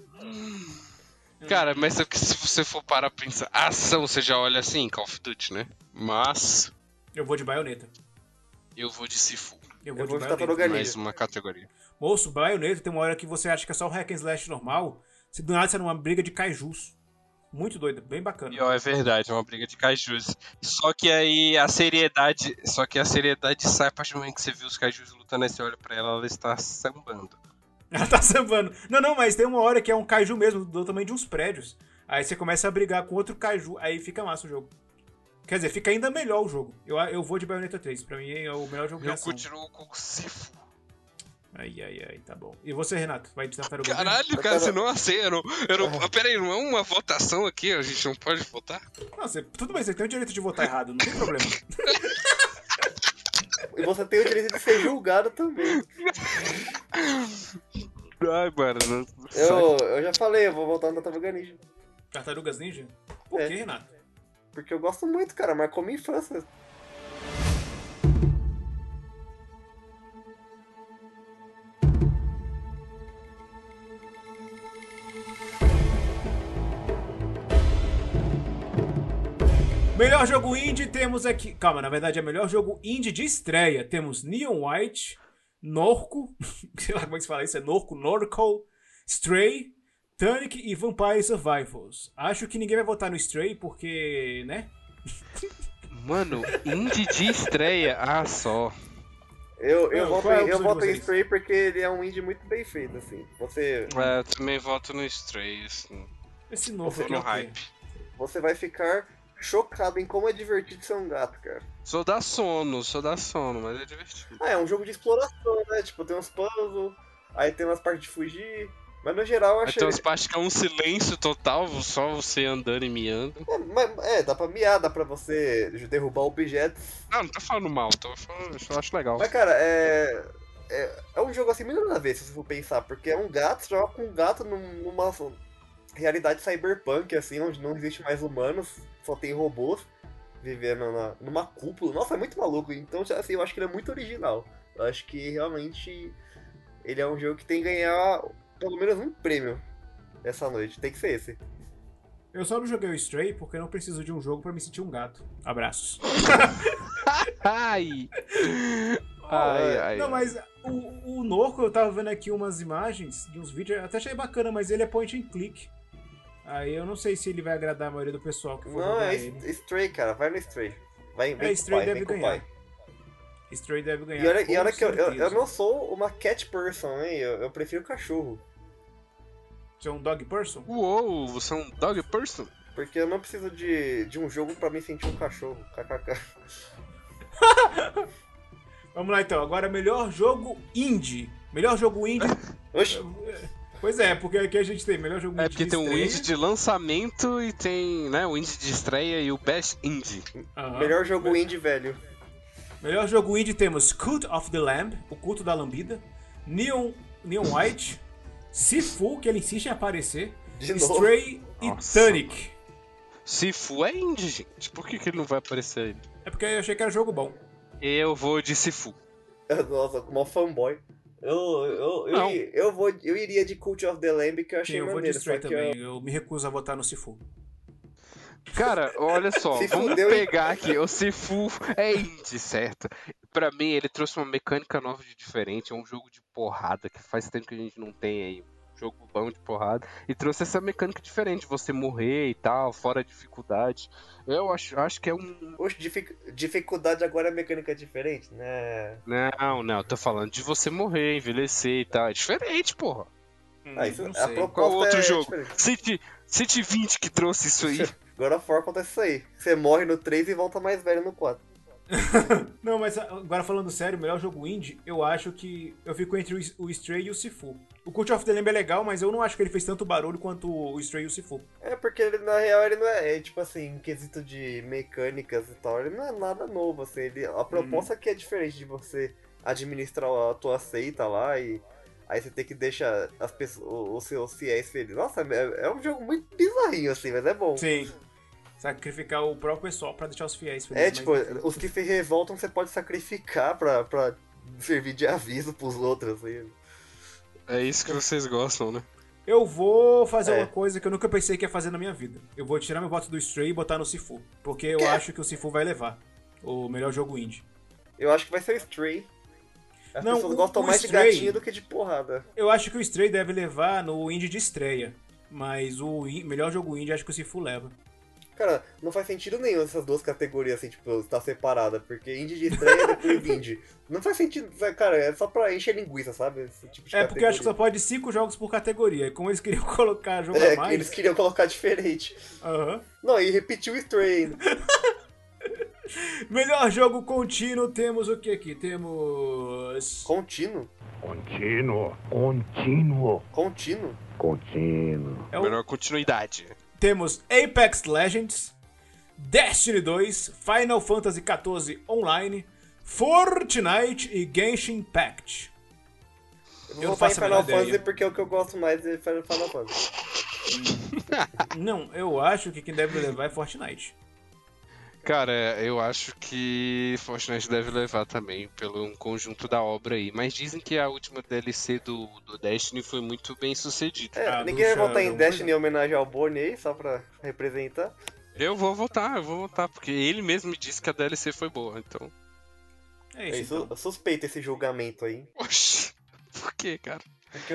[SPEAKER 3] Cara, mas é que se você for parar pra pensar, ação, você já olha assim, Call of Duty, né? Mas
[SPEAKER 2] Eu vou de Bayonetta.
[SPEAKER 3] eu vou de Sifu.
[SPEAKER 2] Eu vou
[SPEAKER 4] Eu
[SPEAKER 2] de
[SPEAKER 4] vou de
[SPEAKER 2] Bayonetta.
[SPEAKER 4] tá Tartaruga Ninja.
[SPEAKER 3] Mais uma categoria.
[SPEAKER 2] Moço, Bayonetta tem uma hora que você acha que é só o hack and slash normal, se do nada você é numa briga de kaijus. Muito doido, bem bacana.
[SPEAKER 3] E ó, é verdade, é uma briga de kaijus. Só que aí a seriedade. Só que a seriedade sai a partir do momento que você viu os kaijus lutando aí você olha pra ela, ela está sambando.
[SPEAKER 2] Ela tá sambando. Não, não, mas tem uma hora que é um kaiju mesmo, do tamanho de uns prédios. Aí você começa a brigar com outro kaiju, aí fica massa o jogo. Quer dizer, fica ainda melhor o jogo. Eu, eu vou de Bayonetta 3, pra mim é o melhor jogo de
[SPEAKER 3] Eu
[SPEAKER 2] ação.
[SPEAKER 3] continuo com o Sifu.
[SPEAKER 2] Ai, ai, ai, tá bom. E você, Renato, vai de Tartaruga Ninja?
[SPEAKER 3] Caralho, cara,
[SPEAKER 4] quero-
[SPEAKER 3] você não aceita. Eu não, eu não, peraí, não é uma votação aqui? A gente não pode votar?
[SPEAKER 2] Não, você, tudo bem, você tem o direito de votar errado, não tem problema.
[SPEAKER 4] E você tem o direito de ser julgado também.
[SPEAKER 3] Ai, mano. não-
[SPEAKER 4] Eu, eu já falei, eu vou voltar no Tartaruga Ninja.
[SPEAKER 2] Tartarugas Ninja? Por
[SPEAKER 4] É.
[SPEAKER 2] que, Renato?
[SPEAKER 4] Porque eu gosto muito, cara. Marcou minha infância.
[SPEAKER 2] Melhor jogo indie temos aqui. Calma, na verdade é melhor jogo indie de estreia. Temos Neon White, Norco, sei lá como é que se fala isso, é Norco, Norco, Stray, Tunic e Vampire Survivors. Acho que ninguém vai votar no Stray porque, né?
[SPEAKER 3] Mano, indie de estreia. Ah, só.
[SPEAKER 4] Eu, eu
[SPEAKER 2] Não,
[SPEAKER 4] voto,
[SPEAKER 2] qual é a
[SPEAKER 4] em, eu
[SPEAKER 2] opção de
[SPEAKER 4] voto em
[SPEAKER 2] vocês?
[SPEAKER 4] Spray porque ele é um indie muito bem feito, assim. Você,
[SPEAKER 3] É, eu também voto no Stray, assim.
[SPEAKER 2] Esse Norco
[SPEAKER 3] Tô
[SPEAKER 2] aqui é
[SPEAKER 3] no
[SPEAKER 2] o quê?
[SPEAKER 3] hype.
[SPEAKER 4] você vai ficar chocado em como é divertido ser um gato, cara.
[SPEAKER 3] Só dá sono, só dá sono, mas é divertido.
[SPEAKER 4] Ah, é um jogo de exploração, né? Tipo, tem uns puzzles, aí tem umas partes de fugir. Mas no geral eu
[SPEAKER 3] Aí
[SPEAKER 4] achei.
[SPEAKER 3] tem umas partes que é um silêncio total, só você andando e miando.
[SPEAKER 4] É, mas- é, dá pra miar, dá pra você derrubar objetos.
[SPEAKER 3] Não, não tô falando mal, tô falando, só acho legal.
[SPEAKER 4] Mas, cara, é. É, é um jogo assim, muito nada a ver, se você for pensar, porque é um gato, você joga com um gato num- numa realidade cyberpunk, assim, onde não existe mais humanos, só tem robôs vivendo na- numa cúpula. Nossa, é muito maluco. Então, assim, eu acho que ele é muito original. Eu acho que realmente ele é um jogo que tem que ganhar pelo menos um prêmio essa noite. Tem que ser esse.
[SPEAKER 2] Eu só não joguei o Stray porque não preciso de um jogo pra me sentir um gato. Abraços.
[SPEAKER 3] Ai! Ai, ai.
[SPEAKER 2] Não, mas o, o Norco, eu tava vendo aqui umas imagens de uns vídeos, eu até achei bacana, mas ele é point and click. Aí eu não sei se ele vai agradar a maioria do pessoal que for
[SPEAKER 4] Não,
[SPEAKER 2] jogar
[SPEAKER 4] é
[SPEAKER 2] ele. É,
[SPEAKER 4] Stray, cara. Vai no Stray. Vai, vem com o
[SPEAKER 2] Stray
[SPEAKER 4] pai,
[SPEAKER 2] deve
[SPEAKER 4] vem com o
[SPEAKER 2] ganhar.
[SPEAKER 4] pai.
[SPEAKER 2] Stray deve ganhar.
[SPEAKER 4] E olha, e
[SPEAKER 2] com
[SPEAKER 4] olha que eu, eu, eu
[SPEAKER 2] certeza.
[SPEAKER 4] não sou uma cat person, hein? Eu, eu prefiro cachorro.
[SPEAKER 2] Você é um dog person?
[SPEAKER 3] Uou, você é um dog person?
[SPEAKER 4] Porque eu não preciso de, de um jogo pra me sentir um cachorro. KKK.
[SPEAKER 2] Vamos lá então, agora melhor jogo indie. Melhor jogo indie.
[SPEAKER 4] Oxi,
[SPEAKER 2] pois é, porque aqui a gente tem melhor jogo
[SPEAKER 3] É
[SPEAKER 2] Um indie.
[SPEAKER 3] porque
[SPEAKER 2] de
[SPEAKER 3] tem o
[SPEAKER 2] estreia.
[SPEAKER 3] indie de lançamento e tem né, o indie de estreia e o best indie.
[SPEAKER 2] Aham.
[SPEAKER 4] melhor jogo
[SPEAKER 2] é.
[SPEAKER 4] indie, velho.
[SPEAKER 2] Melhor jogo indie temos Cult of the Lamb, O Culto da Lambida, Neon, Neon White, Sifu, que ele insiste em aparecer,
[SPEAKER 4] De novo.
[SPEAKER 2] Stray
[SPEAKER 3] Nossa,
[SPEAKER 2] e Tunic.
[SPEAKER 3] Se for é indie, gente, por que, que ele não vai aparecer aí?
[SPEAKER 2] É porque eu achei que era jogo bom.
[SPEAKER 3] Eu vou de Sifu.
[SPEAKER 4] Nossa, como um fanboy. Eu, eu, eu,
[SPEAKER 3] Não.
[SPEAKER 4] eu, vou, eu iria de Cult of the Lamb, que eu achei
[SPEAKER 2] Sim, eu vou de
[SPEAKER 4] maneiro.
[SPEAKER 2] Stray
[SPEAKER 4] só que eu-
[SPEAKER 2] também. Eu me recuso a votar no Sifu.
[SPEAKER 3] Cara, olha só,
[SPEAKER 4] Se
[SPEAKER 3] vamos
[SPEAKER 4] fudeu, hein?
[SPEAKER 3] pegar aqui. O Sifu é indie, certo? Pra mim, ele trouxe uma mecânica nova de diferente. É um jogo de porrada que faz tempo que a gente não tem aí. Um jogo bom de porrada. E trouxe essa mecânica diferente, você morrer e tal, fora dificuldade. Eu acho, acho que é um.
[SPEAKER 4] Oxe, dific- dificuldade agora é mecânica diferente, né?
[SPEAKER 2] Hum,
[SPEAKER 3] Não, não, tô falando de você morrer, envelhecer e tal. É diferente, porra.
[SPEAKER 2] Hum,
[SPEAKER 4] Ah, isso-
[SPEAKER 2] não
[SPEAKER 4] a
[SPEAKER 2] sei.
[SPEAKER 4] proposta
[SPEAKER 3] Qual outro
[SPEAKER 4] é
[SPEAKER 3] jogo?
[SPEAKER 4] diferente.
[SPEAKER 3] City, City 20 que trouxe isso aí.
[SPEAKER 4] God of War acontece isso aí. Você morre no 3 e volta mais velho no 4.
[SPEAKER 2] Não, mas ah, agora falando sério, o melhor jogo indie, eu acho que eu fico entre o S- o Stray e o Sifu. O Cult of the Lamb é legal, mas eu não acho que ele fez tanto barulho quanto o Stray e o Sifu.
[SPEAKER 4] É, porque ele, na real ele não é, é, tipo assim, em quesito de mecânicas e tal, ele não é nada novo, assim, ele, a proposta que é diferente de você administrar a tua seita lá e aí você tem que deixar as pessoas, os seus fiéis felizes. Nossa, é, é um jogo muito bizarrinho, assim, mas é bom.
[SPEAKER 2] Sim. Sacrificar o próprio pessoal pra deixar os fiéis felizes.
[SPEAKER 4] É,
[SPEAKER 2] mas-
[SPEAKER 4] tipo, os que se revoltam você pode sacrificar pra, pra servir de aviso pros outros, assim.
[SPEAKER 3] É isso que vocês gostam, né?
[SPEAKER 2] Eu vou fazer
[SPEAKER 4] É.
[SPEAKER 2] uma coisa que eu nunca pensei que ia fazer na minha vida. Eu vou tirar meu voto do Stray e botar no Sifu. Porque eu acho que o Sifu vai levar. O melhor jogo indie.
[SPEAKER 4] Eu acho que vai ser o Stray. As
[SPEAKER 2] Não,
[SPEAKER 4] pessoas
[SPEAKER 2] o-
[SPEAKER 4] gostam
[SPEAKER 2] o
[SPEAKER 4] mais
[SPEAKER 2] Stray-
[SPEAKER 4] de gatinho do que de porrada.
[SPEAKER 2] Eu acho que o Stray deve levar no indie de estreia. Mas o in- melhor jogo indie acho que o Sifu leva.
[SPEAKER 4] Cara, não faz sentido nenhum essas duas categorias, assim, tipo, estar separada, porque indie de estreia e depois indie. Não faz sentido, sabe, cara, é só pra encher linguiça, sabe? Esse tipo de
[SPEAKER 2] É porque eu acho que só
[SPEAKER 4] categoria.
[SPEAKER 2] pode cinco jogos por categoria. E como eles queriam colocar jogo a
[SPEAKER 4] É,
[SPEAKER 2] mais.
[SPEAKER 4] eles queriam colocar diferente.
[SPEAKER 2] Aham.
[SPEAKER 4] Não, e repetiu o Stray ainda.
[SPEAKER 2] Melhor jogo contínuo temos o que aqui? Temos.
[SPEAKER 4] Contínuo?
[SPEAKER 5] Contínuo, contínuo,
[SPEAKER 4] Contínuo?
[SPEAKER 5] contínuo.
[SPEAKER 2] É o-
[SPEAKER 4] Então-
[SPEAKER 3] Melhor continuidade.
[SPEAKER 2] Temos Apex Legends, Destiny 2, Final Fantasy XIV Online, Fortnite e Genshin Impact.
[SPEAKER 4] Eu
[SPEAKER 2] Eu
[SPEAKER 4] vou
[SPEAKER 2] não
[SPEAKER 4] votar em
[SPEAKER 2] faço a
[SPEAKER 4] Final
[SPEAKER 2] menor ideia.
[SPEAKER 4] Fantasy porque é o que eu gosto mais é Final Fantasy.
[SPEAKER 2] Não, eu acho que quem deve levar é Fortnite.
[SPEAKER 3] Cara, eu acho que Fortnite deve levar também pelo um conjunto da obra aí. Mas dizem que a última DLC do, do Destiny foi muito bem sucedida.
[SPEAKER 4] É,
[SPEAKER 2] Ah,
[SPEAKER 4] ninguém vai
[SPEAKER 2] bruxa,
[SPEAKER 4] votar em
[SPEAKER 2] não.
[SPEAKER 4] Destiny em homenagem ao Bonnie aí, só pra representar.
[SPEAKER 3] Eu vou votar, eu vou votar, porque ele mesmo me disse que a DLC foi boa, então.
[SPEAKER 2] É
[SPEAKER 4] É
[SPEAKER 2] isso.
[SPEAKER 4] isso,
[SPEAKER 2] então.
[SPEAKER 4] eu suspeito esse julgamento aí. hein?
[SPEAKER 3] Oxi, por que, cara?
[SPEAKER 4] Porque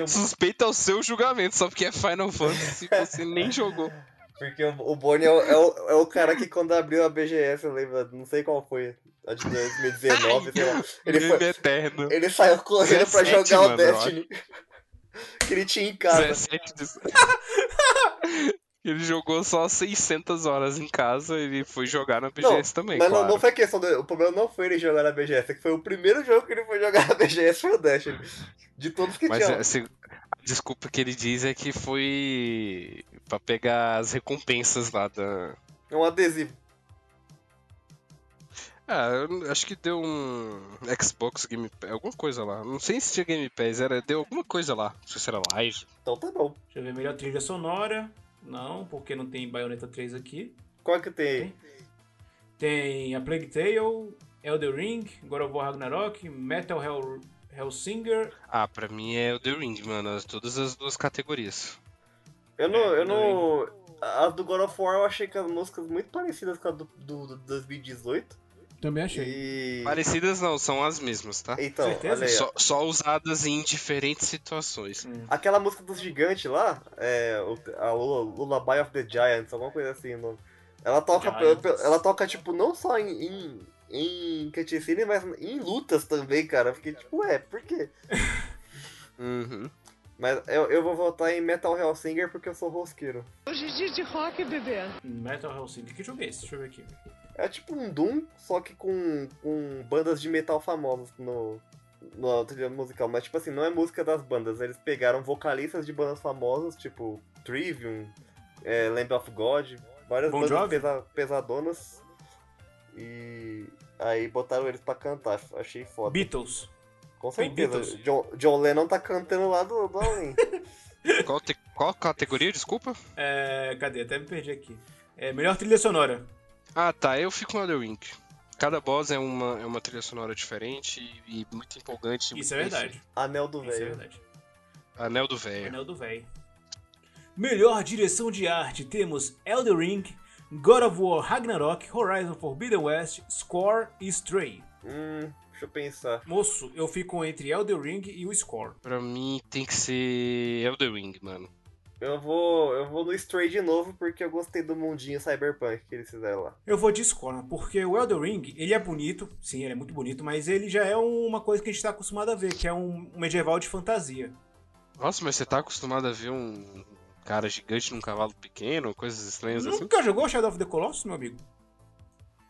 [SPEAKER 4] eu
[SPEAKER 3] Suspeita o seu julgamento, só porque é Final Fantasy e você nem jogou.
[SPEAKER 4] Porque o, o Boni é o, é, o, é o cara que quando abriu a BGS, eu lembro, não sei qual foi, a de 2019, sei lá. Ele,
[SPEAKER 3] Meme
[SPEAKER 4] foi-
[SPEAKER 3] eterno.
[SPEAKER 4] ele saiu correndo pra
[SPEAKER 3] 17,
[SPEAKER 4] jogar o
[SPEAKER 3] mano, eu
[SPEAKER 4] Destiny. que ele tinha em casa.
[SPEAKER 3] 17 disso. Ele jogou só 600 horas em casa e foi jogar na BGS também,
[SPEAKER 4] mas
[SPEAKER 3] claro.
[SPEAKER 4] não, não foi questão do. O problema não foi ele jogar na BGS, é que foi o primeiro jogo que ele foi jogar na BGS foi o Destiny. De todos que
[SPEAKER 3] Mas
[SPEAKER 4] tinham.
[SPEAKER 3] assim, a desculpa que ele diz é que foi pra pegar as recompensas lá da.
[SPEAKER 4] É um adesivo.
[SPEAKER 3] Ah, eu não- acho que deu um Xbox Game Pass, alguma coisa lá. Não sei se tinha Game Pass, era, deu alguma coisa lá. Não sei se era live.
[SPEAKER 4] Então tá bom.
[SPEAKER 2] Deixa eu ver. Melhor trilha sonora. Não, porque não tem Bayonetta 3 aqui.
[SPEAKER 4] Qual é que tem aí?
[SPEAKER 2] Tem a Plague Tale, Elder Ring, God of War Ragnarok, Metal Hell, Hellsinger.
[SPEAKER 3] Ah, pra mim é o The Ring, mano. as- Todas as duas categorias.
[SPEAKER 4] Eu não.
[SPEAKER 2] É,
[SPEAKER 4] eu não. As do God of War eu achei que as músicas muito parecidas com as do, do, do 2018.
[SPEAKER 2] Também achei.
[SPEAKER 4] E.
[SPEAKER 3] Parecidas não, são as mesmas, tá?
[SPEAKER 4] Então,
[SPEAKER 2] Certeza?
[SPEAKER 4] olha aí, ó.
[SPEAKER 3] Só, só usadas em diferentes situações.
[SPEAKER 4] Aquela música dos gigantes lá, é, o- a Lula- Lullaby of the Giants, alguma coisa assim, o nome. Ela toca,
[SPEAKER 2] Giants.
[SPEAKER 4] ela toca tipo, não só em, em, em cutscene, mas em lutas também, cara. Eu fiquei tipo, ué, por quê?
[SPEAKER 3] Uhum.
[SPEAKER 4] Mas eu, eu vou votar em Metal Hellsinger porque eu sou rosqueiro.
[SPEAKER 2] Metal Hellsing. Que jogo é esse? Deixa eu ver aqui.
[SPEAKER 4] É tipo um Doom, só que com, com bandas de metal famosas no, no trilha musical. Mas, tipo assim, não é música das bandas. Eles pegaram vocalistas de bandas famosas, tipo Trivium, é, Lamb of God, várias
[SPEAKER 2] Bon
[SPEAKER 4] bandas
[SPEAKER 2] Jovi?
[SPEAKER 4] pesa- pesadonas. E aí botaram eles pra cantar. Achei foda.
[SPEAKER 2] Beatles.
[SPEAKER 4] com
[SPEAKER 2] foi
[SPEAKER 4] certeza.
[SPEAKER 2] Beatles.
[SPEAKER 4] John, John Lennon tá cantando lá do, do além.
[SPEAKER 3] Qual, te- qual categoria, desculpa?
[SPEAKER 2] É, cadê? Até me perdi aqui. É, melhor trilha sonora.
[SPEAKER 3] Ah, tá. Eu fico no The Ring. Cada boss é uma, é uma trilha sonora diferente e, e muito empolgante.
[SPEAKER 2] Isso
[SPEAKER 3] muito
[SPEAKER 2] é
[SPEAKER 3] bem
[SPEAKER 2] verdade.
[SPEAKER 4] Anel do
[SPEAKER 2] Isso é
[SPEAKER 4] Velho.
[SPEAKER 2] verdade.
[SPEAKER 3] feita. Anel do Velho.
[SPEAKER 2] Anel do Véio. Melhor direção de arte temos Elden Ring, God of War Ragnarok, Horizon Forbidden West, Score e Stray.
[SPEAKER 4] Hum, deixa eu pensar.
[SPEAKER 2] Moço, eu fico entre Elden Ring e o Score.
[SPEAKER 3] Pra mim tem que ser Elden Ring, mano.
[SPEAKER 4] Eu vou, eu vou no Stray de novo porque eu gostei do mundinho cyberpunk que eles fizeram lá.
[SPEAKER 2] Eu vou de Score, porque o Elden Ring, ele é bonito, sim, ele é muito bonito, mas ele já é uma coisa que a gente tá acostumado a ver, que é um um medieval de fantasia.
[SPEAKER 3] Nossa, mas você tá acostumado a ver um cara gigante num cavalo pequeno, coisas estranhas assim?
[SPEAKER 2] Nunca jogou Shadow of the Colossus, meu amigo?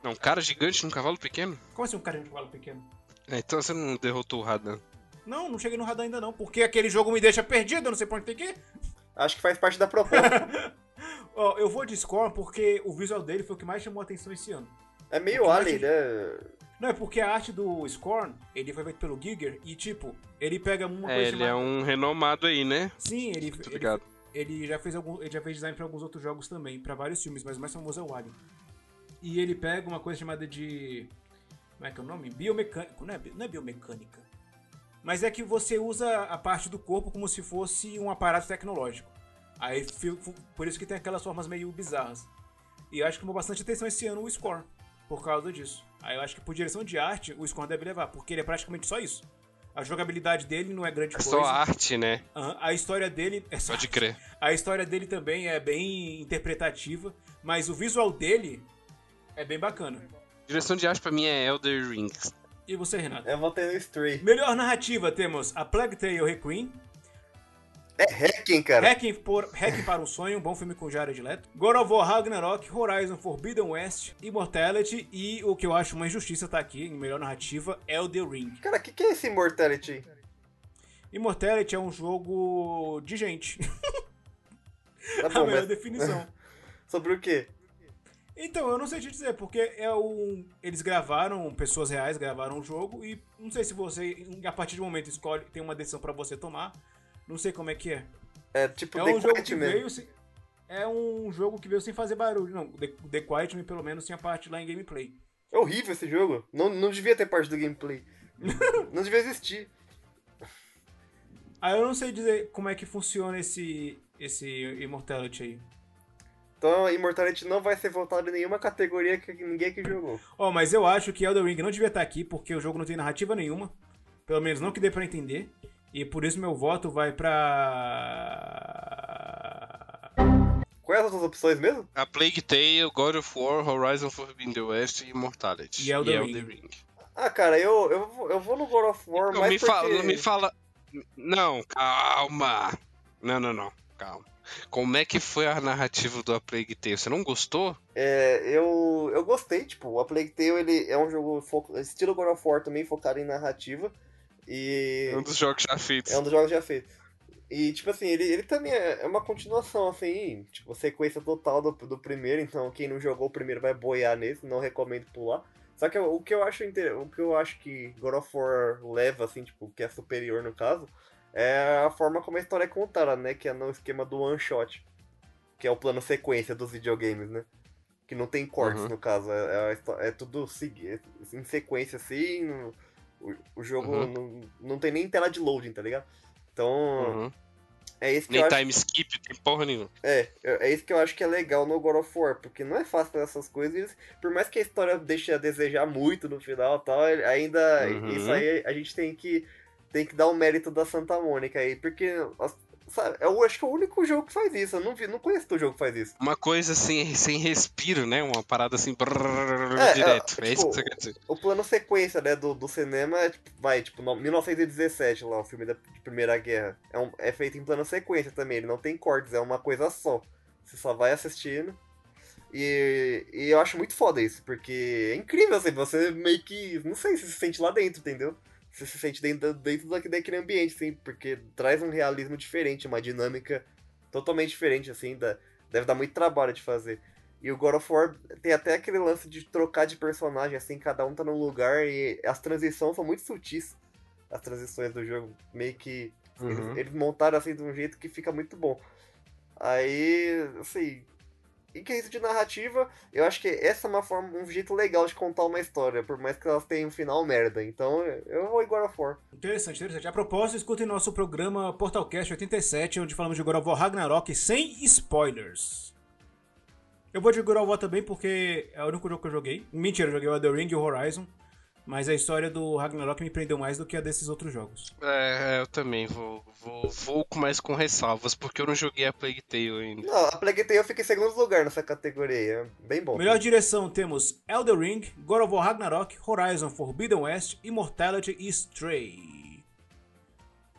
[SPEAKER 3] Não, um cara gigante num cavalo pequeno?
[SPEAKER 2] Como assim um cara de cavalo pequeno?
[SPEAKER 3] É, então você não derrotou o Radan.
[SPEAKER 2] Não, não cheguei no radar ainda não, porque aquele jogo me deixa perdido, eu não sei pra onde tem que ir.
[SPEAKER 4] Acho que faz parte da proposta.
[SPEAKER 2] Ó, eu vou de Scorn porque o visual dele foi o que mais chamou a atenção esse ano.
[SPEAKER 4] É
[SPEAKER 2] Eu
[SPEAKER 4] meio
[SPEAKER 2] acho
[SPEAKER 4] alien,
[SPEAKER 2] que-
[SPEAKER 4] né?
[SPEAKER 2] Não, é porque a arte do Scorn, ele foi feito pelo Giger e, tipo, ele pega uma
[SPEAKER 3] É,
[SPEAKER 2] coisa
[SPEAKER 3] ele é um renomado aí, né?
[SPEAKER 2] Sim, ele,
[SPEAKER 3] Muito
[SPEAKER 2] ele,
[SPEAKER 3] obrigado.
[SPEAKER 2] ele já fez algum, ele já fez design pra alguns outros jogos também, pra vários filmes, mas o mais famoso é o Alien. E ele pega uma coisa chamada de como é que é o nome? Biomecânico, não é, bi- não é biomecânica. Mas é que você usa a parte do corpo como se fosse um aparato tecnológico. Aí fi- fu- por isso que tem aquelas formas meio bizarras. E eu acho que chamou bastante atenção esse ano o Score por causa disso. Aí eu acho que por direção de arte o Score deve levar, porque ele é praticamente só isso. A jogabilidade dele não é grande
[SPEAKER 3] É
[SPEAKER 2] coisa.
[SPEAKER 3] só arte, né?
[SPEAKER 2] Aham, A história dele é só
[SPEAKER 3] Pode crer.
[SPEAKER 2] a história dele também é bem interpretativa, mas o visual dele é bem bacana.
[SPEAKER 3] Direção de arte pra mim é Elder Rings.
[SPEAKER 2] E você, Renato?
[SPEAKER 4] Eu um votei no Stray.
[SPEAKER 2] Melhor narrativa temos a Plague Tale Requiem,
[SPEAKER 4] É hacking, cara.
[SPEAKER 2] Hacking, por, Hacking para um Sonho, um bom filme com Jared Leto, God of War Ragnarok, Horizon Forbidden West, Immortality e o que eu acho uma injustiça tá aqui em melhor narrativa, Elden Ring.
[SPEAKER 4] Cara, o que, que é esse Immortality?
[SPEAKER 2] Immortality é um jogo de gente,
[SPEAKER 4] Tá
[SPEAKER 2] a
[SPEAKER 4] bom,
[SPEAKER 2] melhor
[SPEAKER 4] mas
[SPEAKER 2] definição.
[SPEAKER 4] sobre o quê?
[SPEAKER 2] Então, eu não sei te dizer, porque é um. Eles gravaram, pessoas reais gravaram o jogo, e não sei se você, a partir do momento, escolhe, tem uma decisão pra você tomar. Não sei como é que é.
[SPEAKER 4] É tipo
[SPEAKER 2] É
[SPEAKER 4] The
[SPEAKER 2] um jogo
[SPEAKER 4] Quiet
[SPEAKER 2] que
[SPEAKER 4] Man.
[SPEAKER 2] veio sem, É um jogo que veio sem fazer barulho. Não, The, The Quiet Man, pelo menos, tinha parte lá em gameplay.
[SPEAKER 4] É horrível esse jogo. Não, não devia ter parte do gameplay. não devia existir.
[SPEAKER 2] Aí eu não sei dizer como é que funciona esse. esse Immortality aí.
[SPEAKER 4] Então, Immortality não vai ser votado em nenhuma categoria que ninguém aqui jogou.
[SPEAKER 2] Ó, mas eu acho que Elden Ring não devia estar aqui, porque o jogo não tem narrativa nenhuma. Pelo menos não que dê pra entender. E por isso meu voto vai pra.
[SPEAKER 4] Quais as outras opções mesmo?
[SPEAKER 3] A Plague Tale, God of War, Horizon Forbidden West e Immortality.
[SPEAKER 2] E Elden
[SPEAKER 3] Ring.
[SPEAKER 4] Ah, cara, eu, eu, vou- eu vou no God of War,
[SPEAKER 3] Então,
[SPEAKER 4] mas
[SPEAKER 3] me,
[SPEAKER 4] porque...
[SPEAKER 3] fala, me fala. Não, calma. Não, não, não. Calma. Como é que foi a narrativa do A Plague Tale? Você não gostou?
[SPEAKER 4] É, eu, eu gostei, tipo, a Plague Tale ele é um jogo foco, estilo God of War também, focado em narrativa. E
[SPEAKER 3] É um dos jogos já feitos.
[SPEAKER 4] é um dos jogos já feitos. E, tipo assim, ele, ele também é é uma continuação, assim, tipo, sequência total do, do primeiro, então quem não jogou o primeiro vai boiar nesse, não recomendo pular. Só que o que eu acho inter... o que eu acho que God of War leva, assim, tipo, que é superior no caso, é a forma como a história é contada, né? Que é no esquema do one shot. Que é o plano sequência dos videogames, né? Que não tem cortes,
[SPEAKER 3] Uhum.
[SPEAKER 4] no caso. É, é a histó- é tudo segui- é em sequência, assim. no- O, o jogo
[SPEAKER 3] Uhum.
[SPEAKER 4] não, não tem nem tela de loading, tá ligado? Então,
[SPEAKER 3] Uhum.
[SPEAKER 4] é isso que eu
[SPEAKER 3] Nem tá-
[SPEAKER 4] acho.
[SPEAKER 3] time skip, tem porra nenhuma.
[SPEAKER 4] É, eu- é isso que eu acho que é legal no God of War, porque não é fácil fazer essas coisas, e eles- por mais que a história deixe a desejar muito no final e tal, ele- ainda
[SPEAKER 3] Uhum.
[SPEAKER 4] isso aí a gente tem que, tem que dar o mérito da Santa Mônica aí, porque as- Sabe, eu acho que é o único jogo que faz isso. Eu não, vi, não conheço outro jogo que faz isso.
[SPEAKER 3] Uma coisa sem, sem respiro, né? Uma parada assim brrr,
[SPEAKER 4] É, é,
[SPEAKER 3] direto. É, isso
[SPEAKER 4] tipo,
[SPEAKER 3] que você quer dizer.
[SPEAKER 4] O plano sequência, né, do, do cinema é, tipo, vai, tipo, no- 1917 lá, o filme da de Primeira Guerra. É, um- é feito em plano sequência também, ele não tem cortes, é uma coisa só. Você só vai assistindo. E, e eu acho muito foda isso, porque é incrível, assim, você meio que, não sei, você se sente lá dentro, entendeu? Você se sente dentro, dentro daqui- daquele ambiente, assim, porque traz um realismo diferente, uma dinâmica totalmente diferente, assim, da, deve dar muito trabalho de fazer. E o God of War tem até aquele lance de trocar de personagem, assim, cada um tá num lugar e as transições são muito sutis. As transições do jogo, meio que.
[SPEAKER 3] Uhum.
[SPEAKER 4] Eles, eles montaram assim de um jeito que fica muito bom. Aí, assim. Em quesito de narrativa, eu acho que essa é uma forma, um jeito legal de contar uma história, por mais que elas tenham um final merda. Então, eu vou em God of War.
[SPEAKER 2] Interessante, interessante. A propósito, escutem nosso programa Portalcast 87, onde falamos de God of War Ragnarok sem spoilers. Eu vou de God of War também porque é o único jogo que eu joguei. Mentira, eu joguei o The Ring e o Horizon, mas a história do Ragnarok me prendeu mais do que a desses outros jogos.
[SPEAKER 3] É, eu também vou, vou, vou com mais com ressalvas, porque eu não joguei a Plague Tale ainda.
[SPEAKER 4] Não, a Plague Tale fica em segundo lugar nessa categoria. aí, É bem bom.
[SPEAKER 2] Melhor direção temos Elder Ring, God of War Ragnarok, Horizon Forbidden West, Immortality e Stray.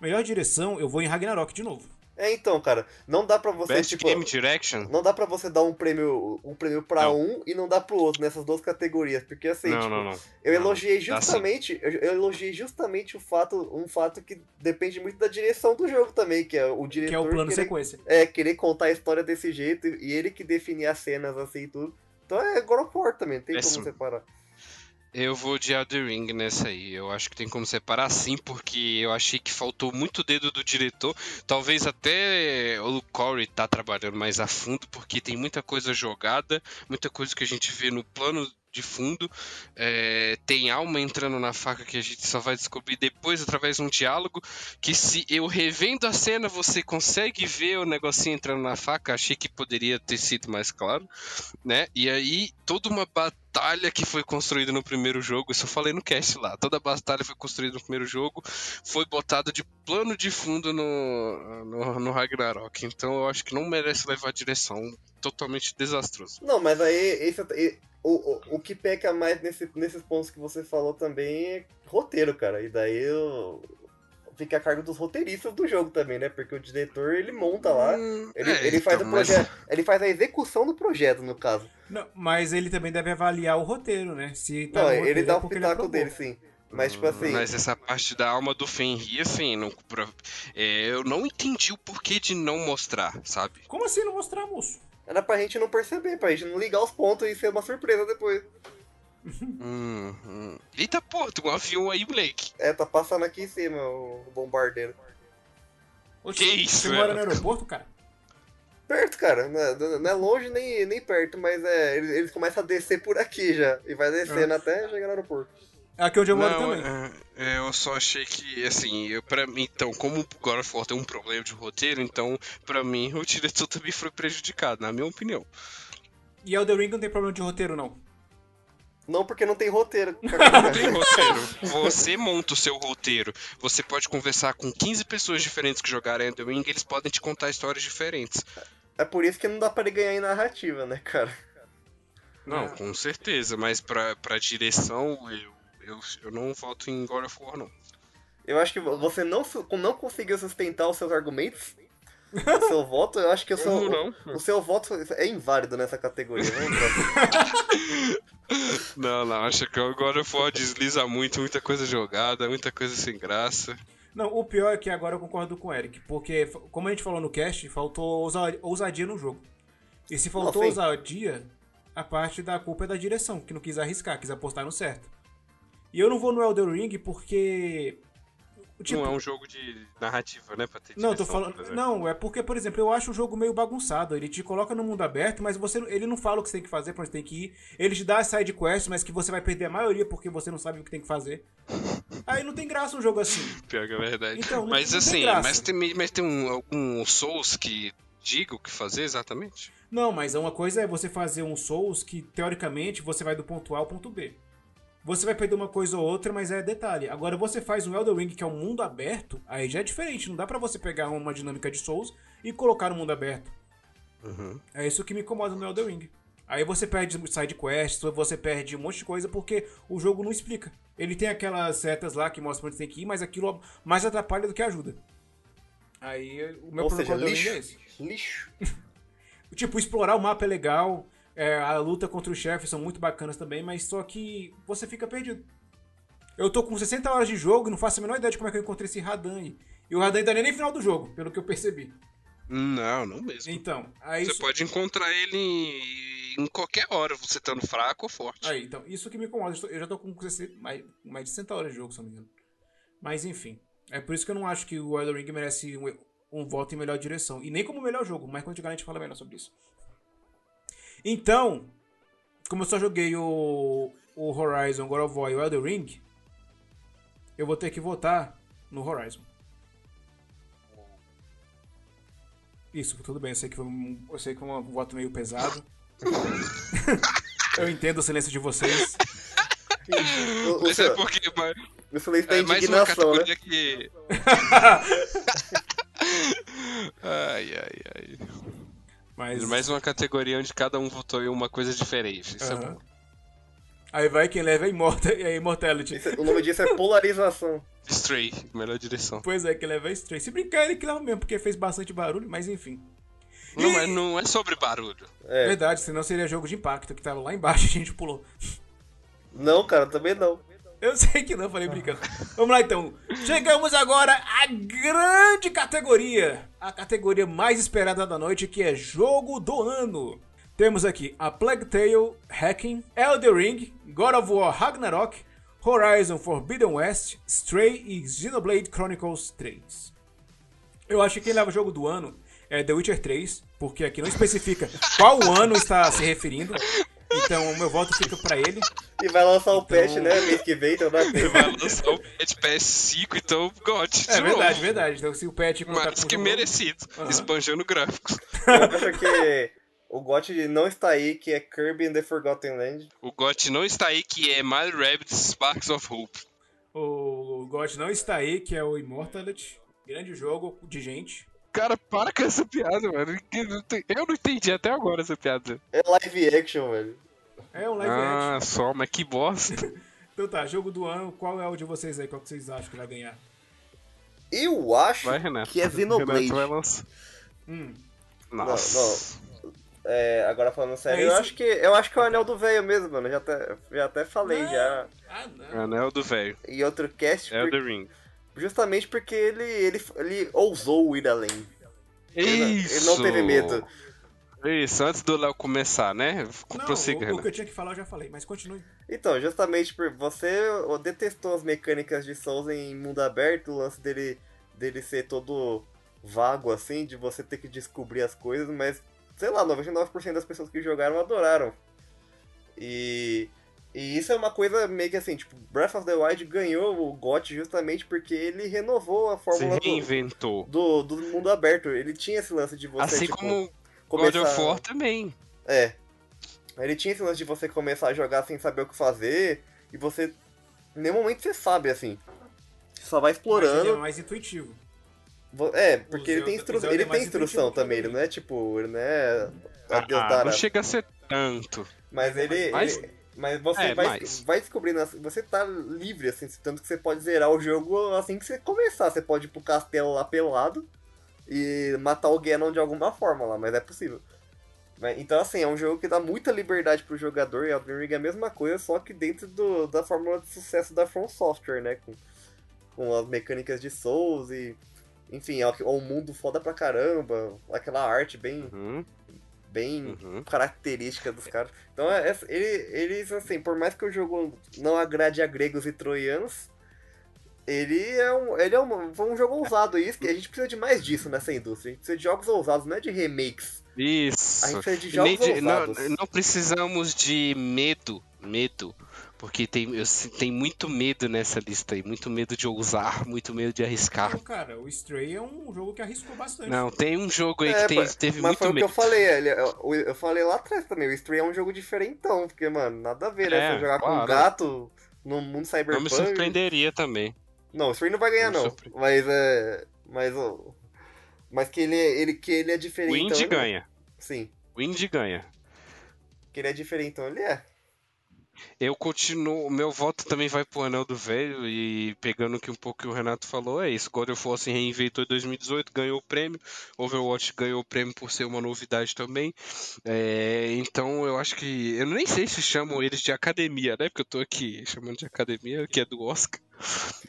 [SPEAKER 2] Melhor direção, eu vou em Ragnarok de novo.
[SPEAKER 4] É, então, cara, não dá pra você.
[SPEAKER 3] Best
[SPEAKER 4] tipo,
[SPEAKER 3] Game Direction?
[SPEAKER 4] Não dá pra você dar um prêmio, um prêmio pra
[SPEAKER 3] Não.
[SPEAKER 4] um e não dar pro outro nessas duas categorias, porque assim,
[SPEAKER 3] não,
[SPEAKER 4] tipo,
[SPEAKER 3] não, não.
[SPEAKER 4] eu
[SPEAKER 3] Não, Tá assim.
[SPEAKER 4] elogiei
[SPEAKER 3] dá sim.
[SPEAKER 4] justamente, eu, eu elogiei justamente o fato, um fato que depende muito da direção do jogo também, que é o diretor
[SPEAKER 2] Que é o plano
[SPEAKER 4] querer,
[SPEAKER 2] sequência.
[SPEAKER 4] é, querer contar a história desse jeito e ele que definir as cenas assim e tudo. Então é God of War também, não tem
[SPEAKER 3] Péssimo.
[SPEAKER 4] como separar.
[SPEAKER 3] Eu vou de Elden Ring nessa aí. Eu acho que tem como separar sim, porque eu achei que faltou muito dedo do diretor. Talvez até o Corey tá trabalhando mais a fundo, porque tem muita coisa jogada, muita coisa que a gente vê no plano de fundo. É, tem alma entrando na faca que a gente só vai descobrir depois através de um diálogo. Que se eu revendo a cena, você consegue ver o negocinho entrando na faca. Achei que poderia ter sido mais claro né? E aí, toda uma batalha que foi construída no primeiro jogo, isso eu falei no cast lá, toda a batalha foi construída no primeiro jogo, foi botada de plano de fundo no, no, no Ragnarok. Então eu acho que não merece levar a direção totalmente desastroso.
[SPEAKER 4] Não, mas aí esse, é e- o, o, o que peca mais nesse, nesses pontos que você falou também é roteiro, cara. E daí eu- fica a cargo dos roteiristas do jogo também, né? Porque o diretor ele monta lá.
[SPEAKER 3] Hum,
[SPEAKER 4] Ele,
[SPEAKER 3] é,
[SPEAKER 4] ele faz
[SPEAKER 3] então,
[SPEAKER 4] o
[SPEAKER 3] mas-
[SPEAKER 4] projeto. Ele faz a execução do projeto, no caso.
[SPEAKER 2] Não, mas ele também deve avaliar o roteiro, né? Se tá
[SPEAKER 4] Não,
[SPEAKER 2] no
[SPEAKER 4] ele
[SPEAKER 2] roteiro,
[SPEAKER 4] dá
[SPEAKER 2] é
[SPEAKER 4] o
[SPEAKER 2] porque ele
[SPEAKER 4] pitaco
[SPEAKER 2] aprovou.
[SPEAKER 4] dele, sim. Mas tipo assim.
[SPEAKER 3] Hum, Mas essa parte da alma do Fenrir, assim, não- pra- é, eu não entendi o porquê de não mostrar, sabe?
[SPEAKER 2] Como assim não mostrar, moço?
[SPEAKER 4] Era pra gente não perceber, pra gente não ligar os pontos e ser uma surpresa depois.
[SPEAKER 3] Hum, hum. Eita porra, tem um avião aí, moleque.
[SPEAKER 4] É, tá passando aqui em cima o bombardeiro.
[SPEAKER 2] Oxe,
[SPEAKER 3] Que isso,
[SPEAKER 2] Você mora no
[SPEAKER 3] velho?
[SPEAKER 2] aeroporto, cara?
[SPEAKER 4] Perto, cara. Não é, não é longe nem, nem perto, mas é. Eles, eles começam a descer por aqui já. E vai descendo até chegar no aeroporto.
[SPEAKER 2] É aqui onde eu moro
[SPEAKER 3] Não,
[SPEAKER 2] também.
[SPEAKER 3] é, é, eu só achei que, assim, eu, pra mim, então, como o God of War tem um problema de roteiro, então, pra mim, o diretor também foi prejudicado, na minha opinião.
[SPEAKER 2] E Elden Ring não tem problema de roteiro, não.
[SPEAKER 4] Não porque não tem roteiro.
[SPEAKER 3] Tem roteiro. Você monta o seu roteiro. Você pode conversar com 15 pessoas diferentes que jogaram Elden Ring, eles podem te contar histórias diferentes.
[SPEAKER 4] é por isso que não dá pra ele ganhar em narrativa, né, cara?
[SPEAKER 2] É.
[SPEAKER 3] Não, com certeza, mas pra, pra direção, eu, eu, eu não voto em God of War, não.
[SPEAKER 4] Eu acho que vo- você não, su- não conseguiu sustentar os seus argumentos. O seu voto, eu acho que o seu,
[SPEAKER 3] Como não?
[SPEAKER 4] o, o seu voto é inválido nessa categoria. né? Vamos pra-
[SPEAKER 3] Não, não, acho que o God of War desliza muito, muita coisa jogada, muita coisa sem graça.
[SPEAKER 2] Não, o pior é que agora eu concordo com o Eric, porque, f- como a gente falou no cast, faltou ousa- ousadia no jogo. E se faltou
[SPEAKER 4] sim.
[SPEAKER 2] ousadia, a parte da culpa é da direção, que não quis arriscar, quis apostar no certo. E eu não vou no Elden Ring porque. Tipo,
[SPEAKER 3] Não é um jogo de narrativa, né? Pra ter
[SPEAKER 2] Não, eu tô
[SPEAKER 3] direção, por
[SPEAKER 2] falando.
[SPEAKER 3] exemplo.
[SPEAKER 2] Não, é porque, por exemplo, eu acho o jogo meio bagunçado. Ele te coloca no mundo aberto, mas você, ele não fala o que você tem que fazer, pra onde você tem que ir. Ele te dá as side quests, mas que você vai perder a maioria porque você não sabe o que tem que fazer. Aí não tem graça um jogo assim.
[SPEAKER 3] Pior que é verdade.
[SPEAKER 2] Então, não- não
[SPEAKER 3] mas
[SPEAKER 2] tem
[SPEAKER 3] assim,
[SPEAKER 2] graça.
[SPEAKER 3] mas tem, mas tem um, algum Souls que diga o que fazer exatamente?
[SPEAKER 2] Não, mas uma coisa é você fazer um Souls que, teoricamente, você vai do ponto A ao ponto B. Você vai perder uma coisa ou outra, mas é detalhe. Agora você faz um Elden Ring que é um mundo aberto, aí já é diferente. Não dá pra você pegar uma dinâmica de Souls e colocar no mundo aberto.
[SPEAKER 4] Uhum.
[SPEAKER 2] É isso que me incomoda no Elden Ring. Aí você perde side quests, você perde um monte de coisa porque o jogo não explica. Ele tem aquelas setas lá que mostram onde tem que ir, mas aquilo mais atrapalha do que ajuda. Aí o meu
[SPEAKER 4] Ou
[SPEAKER 2] problema
[SPEAKER 4] seja,
[SPEAKER 2] com o Elden Ring
[SPEAKER 4] lixo.
[SPEAKER 2] é esse.
[SPEAKER 4] Lixo.
[SPEAKER 2] Tipo, explorar o mapa é legal, é, a luta contra o chefe são muito bacanas também, mas só que você fica perdido. Eu tô com 60 horas de jogo e não faço a menor ideia de como é que eu encontrei esse Radan aí. E o Radan ainda é nem no final do jogo, pelo que eu percebi.
[SPEAKER 3] Não, não mesmo.
[SPEAKER 2] Então, aí
[SPEAKER 3] Você
[SPEAKER 2] isso,
[SPEAKER 3] pode encontrar ele em- em qualquer hora, você estando fraco ou forte.
[SPEAKER 2] aí, então, isso que me incomoda. Eu estou- Eu já tô com 60 mais, mais de 60 horas de jogo, se eu não me engano. Mas enfim, é por isso que eu não acho que o Elden Ring merece um, um voto em melhor direção. E nem como melhor jogo, mas quando chegar a gente fala melhor sobre isso. Então, como eu só joguei o, o Horizon, God of War e o Elden Ring, eu vou ter que votar no Horizon. Isso, tudo bem, eu sei que foi um, eu sei que foi um voto meio pesado. eu entendo o silêncio de vocês.
[SPEAKER 4] O, o,
[SPEAKER 3] Mas é
[SPEAKER 4] seu-
[SPEAKER 3] porque mas-
[SPEAKER 4] o silêncio da
[SPEAKER 3] é mais uma
[SPEAKER 4] indignação, né?
[SPEAKER 3] categoria que. ai, ai, ai.
[SPEAKER 2] Mas,
[SPEAKER 3] Mais uma categoria onde cada um votou em uma coisa diferente. Isso é
[SPEAKER 2] Aham.
[SPEAKER 3] bom.
[SPEAKER 2] Aí vai quem leva a, imorta, a Immortality.
[SPEAKER 4] Isso- O nome disso é polarização.
[SPEAKER 3] Stray, melhor direção.
[SPEAKER 2] Pois é, quem leva é Stray. Se brincar, ele que leva mesmo, porque fez bastante barulho, mas enfim.
[SPEAKER 3] Não, mas não é sobre barulho.
[SPEAKER 4] É.
[SPEAKER 2] Verdade, senão seria jogo de impacto, que tava lá embaixo e a gente pulou.
[SPEAKER 4] Não, cara, também não.
[SPEAKER 2] Eu sei que não, falei brincando. Vamos lá então. Chegamos agora à grande categoria. A categoria mais esperada da noite, que é jogo do ano. Temos aqui a Plague Tale, Hacking, Elder Ring, God of War Ragnarok, Horizon Forbidden West, Stray e Xenoblade Chronicles 3. Eu acho que quem leva o jogo do ano é The Witcher 3, porque aqui não especifica qual ano está se referindo. Então o meu voto fica pra ele.
[SPEAKER 4] E vai lançar o patch, né? Mês que vem, então dá tempo.
[SPEAKER 3] Vai lançar o patch PS5, então gote.
[SPEAKER 2] É verdade, verdade. Então, se o Pet contar
[SPEAKER 3] Mas
[SPEAKER 2] com o
[SPEAKER 3] que
[SPEAKER 2] jogo-
[SPEAKER 3] merecido. Expandindo gráficos.
[SPEAKER 4] Eu acho que o GOT não está aí, que é Kirby and the Forgotten Land.
[SPEAKER 3] O GOT não está aí, que é Mario Rabbids Sparks of Hope.
[SPEAKER 2] O God não está aí, que é o Immortality. Grande jogo de gente.
[SPEAKER 3] Cara, para com essa piada, mano. Que não tem- Eu não entendi até agora essa piada.
[SPEAKER 4] É live action, velho.
[SPEAKER 2] É um live action.
[SPEAKER 3] Ah, só, mas que bosta.
[SPEAKER 2] Então tá, jogo do ano, qual é o de vocês aí? Qual que vocês acham que vai ganhar?
[SPEAKER 4] Eu acho
[SPEAKER 3] Vai, Renato.
[SPEAKER 4] que é Xenoblade.
[SPEAKER 3] Renato vai lançar.
[SPEAKER 2] Hum.
[SPEAKER 3] Nossa.
[SPEAKER 4] É, agora falando sério,
[SPEAKER 2] É
[SPEAKER 4] eu
[SPEAKER 2] isso.
[SPEAKER 4] acho que eu acho que é o Anel do Velho mesmo, mano. Já até, já até falei já
[SPEAKER 2] Ah, não.
[SPEAKER 3] Anel do velho.
[SPEAKER 4] em outro cast,
[SPEAKER 3] É o The
[SPEAKER 4] por-
[SPEAKER 3] Ring.
[SPEAKER 4] justamente porque ele, ele, ele ousou ir além. Ele, não-
[SPEAKER 3] Isso.
[SPEAKER 4] ele não teve medo.
[SPEAKER 3] Isso, antes do Léo começar, né?
[SPEAKER 2] Não, o,
[SPEAKER 3] Prossiga,
[SPEAKER 2] o que
[SPEAKER 3] Renato.
[SPEAKER 2] eu tinha que falar eu já falei, mas continue.
[SPEAKER 4] Então, justamente por você ó, detestou as mecânicas de Souls em mundo aberto, o lance dele, dele ser todo vago assim, de você ter que descobrir as coisas, mas sei lá, 99% das pessoas que jogaram adoraram. E, e isso é uma coisa meio que assim, tipo, Breath of the Wild ganhou o GOT justamente porque ele renovou a
[SPEAKER 3] Se
[SPEAKER 4] fórmula do,
[SPEAKER 3] reinventou.
[SPEAKER 4] do, do mundo aberto. Ele tinha esse lance de você,
[SPEAKER 3] Assim
[SPEAKER 4] tipo,
[SPEAKER 3] como God
[SPEAKER 4] começar...
[SPEAKER 3] of War também.
[SPEAKER 4] É. Ele tinha esse lance de você começar a jogar sem saber o que fazer, e você. Em nenhum momento você sabe, assim. Você só vai
[SPEAKER 2] Mas ele é
[SPEAKER 4] explorando.
[SPEAKER 2] mais intuitivo.
[SPEAKER 4] vo- É, porque ele
[SPEAKER 2] Zelda-
[SPEAKER 4] tem,
[SPEAKER 2] o
[SPEAKER 4] instru...
[SPEAKER 2] Zelda é
[SPEAKER 4] ele tem
[SPEAKER 2] mais
[SPEAKER 4] instrução
[SPEAKER 2] intuitivo
[SPEAKER 4] também,
[SPEAKER 2] que
[SPEAKER 4] ele não é tipo. Ele não é. a Deus
[SPEAKER 3] Ah,
[SPEAKER 4] dará.
[SPEAKER 3] não chega a ser tanto.
[SPEAKER 4] Mas ele.
[SPEAKER 3] Mas-
[SPEAKER 4] ele- Mas você
[SPEAKER 3] É,
[SPEAKER 4] vai,
[SPEAKER 3] mas-
[SPEAKER 4] vai descobrindo. assim, Você tá livre, assim, tanto que você pode zerar o jogo assim que você começar. Você pode ir pro castelo lá pelado e matar o Ganon de alguma forma lá, mas é possível. Mas- Então, assim, é um jogo que dá muita liberdade pro jogador e Elden Ring é a mesma coisa, só que dentro do- da fórmula de sucesso da From Software, né? Com, com as mecânicas de Souls e. Enfim, é um mundo foda pra caramba, aquela arte bem,
[SPEAKER 3] Uhum,
[SPEAKER 4] bem
[SPEAKER 3] uhum.
[SPEAKER 4] característica dos caras. Então, é- é- ele, eles, assim, por mais que o jogo não agrade a gregos e troianos, ele é um, ele é um, foi um jogo ousado. E isso, que- a gente precisa de mais disso nessa indústria. A gente precisa de jogos ousados, não é de remakes. A
[SPEAKER 3] Isso.
[SPEAKER 4] gente precisa de
[SPEAKER 3] Nem
[SPEAKER 4] jogos
[SPEAKER 3] de- não,
[SPEAKER 4] ousados.
[SPEAKER 3] não precisamos de medo. Medo. Porque tem, eu se- tem muito medo nessa lista aí. Muito medo de ousar, muito medo de arriscar.
[SPEAKER 2] Então, cara, o Stray é um jogo que arriscou bastante.
[SPEAKER 3] Ah. Não, tem um jogo aí
[SPEAKER 4] É,
[SPEAKER 3] que tem-
[SPEAKER 4] mas-
[SPEAKER 3] teve
[SPEAKER 4] mas foi
[SPEAKER 3] muito
[SPEAKER 4] o que eu
[SPEAKER 3] medo.
[SPEAKER 4] falei, ele- eu, eu falei lá atrás também, o Stray é um jogo diferentão, porque, mano, nada a ver, né?
[SPEAKER 3] É,
[SPEAKER 4] Você jogar com um
[SPEAKER 3] claro.
[SPEAKER 4] gato, no mundo
[SPEAKER 3] Não me
[SPEAKER 4] cyberpunk.
[SPEAKER 3] surpreenderia também.
[SPEAKER 4] Não, o Free não vai ganhar,
[SPEAKER 3] Não me
[SPEAKER 4] não.
[SPEAKER 3] surpre-
[SPEAKER 4] Mas é. Mas o. Mas que ele, é- ele, que ele é
[SPEAKER 3] O
[SPEAKER 4] diferente.
[SPEAKER 3] Indy ganha.
[SPEAKER 4] Sim.
[SPEAKER 3] O Indy ganha.
[SPEAKER 4] Que ele é diferentão, ele é.
[SPEAKER 3] Eu continuo. O meu voto também vai pro Anel do Velho. E pegando aqui um pouco o que o Renato falou, é isso. God of War se reinventou em 2018, ganhou o prêmio. Overwatch ganhou o prêmio por ser uma novidade também. É, então eu acho que. Eu nem sei se chamam eles de academia, né? Porque eu tô aqui chamando de academia, que é do Oscar.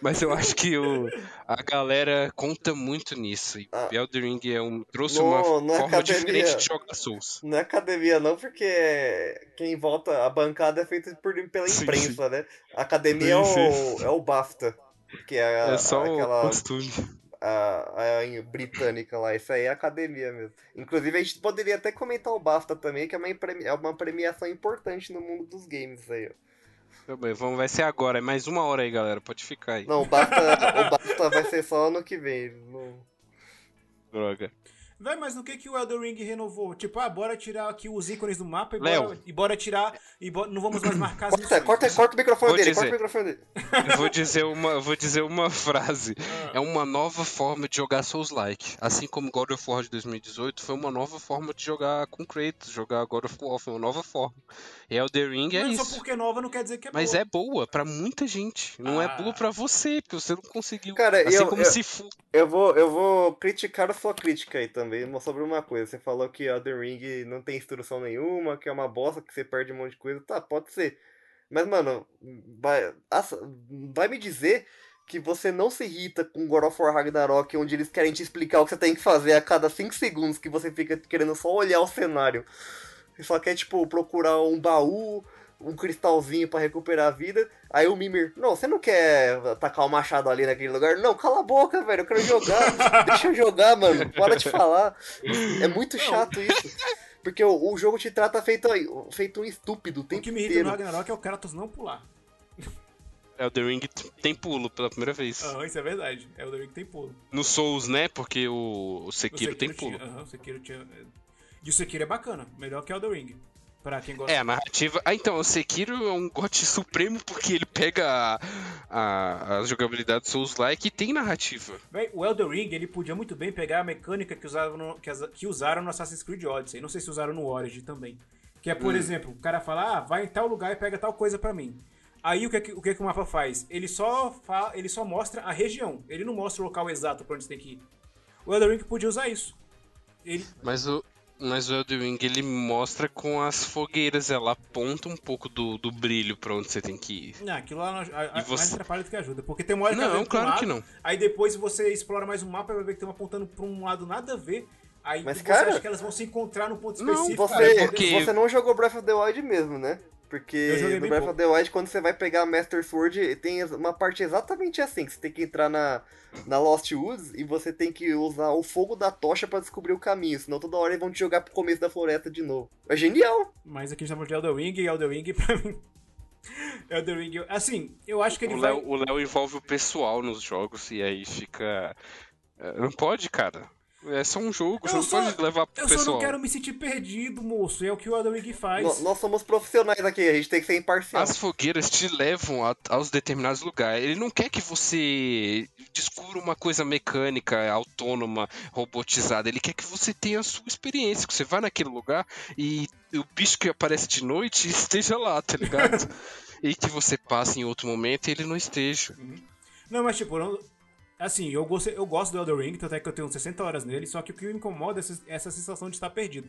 [SPEAKER 3] Mas eu acho que o, a galera conta muito nisso. E
[SPEAKER 4] Ah.
[SPEAKER 3] Elden Ring é um, trouxe
[SPEAKER 4] Não,
[SPEAKER 3] uma
[SPEAKER 4] não é
[SPEAKER 3] forma diferente
[SPEAKER 4] academia.
[SPEAKER 3] de jogar Souls.
[SPEAKER 4] Não é academia, não, porque quem volta a bancada é feita por, pela
[SPEAKER 3] Sim,
[SPEAKER 4] imprensa, né? A academia
[SPEAKER 3] Sim,
[SPEAKER 4] é,
[SPEAKER 3] sim.
[SPEAKER 4] o, é o BAFTA. Que é, a-
[SPEAKER 3] é só o
[SPEAKER 4] aquela.
[SPEAKER 3] costume.
[SPEAKER 4] a, a em- britânica lá. Isso aí é academia mesmo. Inclusive, a gente poderia até comentar o BAFTA também, que é uma, empre- é uma premiação importante no mundo dos games isso aí. ó.
[SPEAKER 3] Tá bem, vamos, vai ser agora. É mais uma hora aí, galera. Pode ficar aí.
[SPEAKER 4] Não, o BAFTA, o BAFTA vai ser só ano que vem. não-
[SPEAKER 3] Droga.
[SPEAKER 2] Véi, mas no que, que o Elden Ring renovou? Tipo, ah, bora tirar aqui os ícones do mapa e
[SPEAKER 3] Léo.
[SPEAKER 2] bora, e bora tirar. E bo- não vamos mais marcar as
[SPEAKER 4] Corta,
[SPEAKER 2] missões.
[SPEAKER 4] corta, corta o microfone
[SPEAKER 3] Vou
[SPEAKER 4] dele,
[SPEAKER 3] dizer.
[SPEAKER 4] corta o microfone dele.
[SPEAKER 3] Eu vou dizer uma, eu vou dizer uma frase.
[SPEAKER 2] Ah.
[SPEAKER 3] É uma nova forma de jogar Souls-like. Assim como God of War de 2018 foi uma nova forma de jogar com Kratos, jogar God of War foi uma nova forma. E Elden Ring é
[SPEAKER 2] Mas
[SPEAKER 3] isso.
[SPEAKER 2] só porque é nova não quer dizer que é
[SPEAKER 3] Mas
[SPEAKER 2] boa.
[SPEAKER 3] é boa pra muita gente. Não
[SPEAKER 2] Ah.
[SPEAKER 3] é boa pra você, porque você não conseguiu.
[SPEAKER 4] Cara,
[SPEAKER 3] assim
[SPEAKER 4] eu-
[SPEAKER 3] como
[SPEAKER 4] eu-
[SPEAKER 3] se for.
[SPEAKER 4] Eu vou, eu vou criticar a sua crítica aí também mas sobre uma coisa. Você falou que Elden Ring não tem instrução nenhuma, que é uma bosta, que você perde um monte de coisa. Tá, pode ser. Mas, mano, vai, aça- vai me dizer que você não se irrita com God of War Ragnarok, onde eles querem te explicar o que você tem que fazer a cada 5 segundos, que você fica querendo só olhar o cenário. Você só quer, tipo, procurar um baú, um cristalzinho pra recuperar a vida. Aí o Mimir, não, você não quer atacar o machado ali naquele lugar? Não, cala a boca, velho, eu quero jogar. Deixa eu jogar, mano, para de falar. É muito chato isso. Porque o, o jogo te trata feito, feito um estúpido o
[SPEAKER 2] O
[SPEAKER 4] tempo
[SPEAKER 2] que me irrita no
[SPEAKER 4] inteiro.
[SPEAKER 2] Ragnarok é o Kratos não pular.
[SPEAKER 3] Elden Ring t- tem pulo pela primeira vez.
[SPEAKER 2] Ah, isso é verdade. É o Elden Ring tem pulo.
[SPEAKER 3] No Souls, né? Porque o, o
[SPEAKER 2] O
[SPEAKER 3] Sekiro tem pulo.
[SPEAKER 2] tinha- Aham, o Sekiro tinha... E o Sekiro é bacana. Melhor que o Elden Ring. Pra quem gosta.
[SPEAKER 3] É, a narrativa. Ah, então, o Sekiro é um gote supremo porque ele pega a, a, a jogabilidade Souls-like e tem narrativa.
[SPEAKER 2] Véi, o Elden Ring, ele podia muito bem pegar a mecânica que usaram no, que, as- que usaram no Assassin's Creed Odyssey. Não sei se usaram no Origin também. Que é,
[SPEAKER 3] Hum.
[SPEAKER 2] por exemplo, o cara fala, ah, vai em tal lugar e pega tal coisa pra mim. Aí o que, que- o que que o mapa faz? Ele só, fa- ele só mostra a região. Ele não mostra o local exato pra onde você tem que ir. O Elden Ring podia usar isso. Ele,
[SPEAKER 3] Mas o, mas o Elden Ring ele mostra com as fogueiras, ela aponta um pouco do, do brilho pra onde você tem que ir.
[SPEAKER 2] não, aquilo lá não- a- a-
[SPEAKER 3] E você-
[SPEAKER 2] mais atrapalha do que ajuda. Porque tem uma hora que
[SPEAKER 3] Não,
[SPEAKER 2] ela vem pra um
[SPEAKER 3] claro que
[SPEAKER 2] lado,
[SPEAKER 3] não.
[SPEAKER 2] Aí depois você explora mais o mapa e vai ver que tem uma apontando pra um lado nada a ver. Aí
[SPEAKER 4] Mas,
[SPEAKER 2] você
[SPEAKER 4] cara-
[SPEAKER 2] acha que elas vão se encontrar no ponto
[SPEAKER 3] Não,
[SPEAKER 2] específico. cara,
[SPEAKER 4] Você,
[SPEAKER 3] é
[SPEAKER 2] entendeu?
[SPEAKER 3] porque-
[SPEAKER 4] você não jogou Breath of the Wild mesmo, né?
[SPEAKER 2] Eu joguei
[SPEAKER 4] Porque
[SPEAKER 2] bem
[SPEAKER 4] no Breath
[SPEAKER 2] pouco.
[SPEAKER 4] of the Wild, quando você vai pegar a Master Sword, tem ex- uma parte exatamente assim, que você tem que entrar na, na Lost Woods e você tem que usar o fogo da tocha pra descobrir o caminho, senão toda hora eles vão te jogar pro começo da floresta de novo. É genial!
[SPEAKER 2] Mas aqui estamos de Elden Ring e Elden Ring pra mim. é Elden Ring, eu- assim, eu acho que ele
[SPEAKER 3] O
[SPEAKER 2] vai.
[SPEAKER 3] Léo, o Léo envolve o pessoal nos jogos e aí fica. é, Não pode, cara. É só um jogo, você
[SPEAKER 2] Eu
[SPEAKER 3] não
[SPEAKER 2] só-
[SPEAKER 3] pode levar pro
[SPEAKER 2] Eu
[SPEAKER 3] pessoal.
[SPEAKER 2] só não quero me sentir perdido, moço. E é o que o Elden Ring faz.
[SPEAKER 4] No- nós somos profissionais aqui, a gente tem que ser imparcial.
[SPEAKER 3] As fogueiras te levam a- aos determinados lugares. Ele não quer que você descubra uma coisa mecânica, autônoma, robotizada. Ele quer que você tenha a sua experiência, que você vá naquele lugar e o bicho que aparece de noite esteja lá, tá ligado? e que você passe em outro momento e ele não esteja.
[SPEAKER 2] Não, mas tipo, não- assim, eu gosto, eu gosto do Elden Ring, tanto é que eu tenho 60 horas nele, só que o que me incomoda é essa, essa sensação de estar perdido.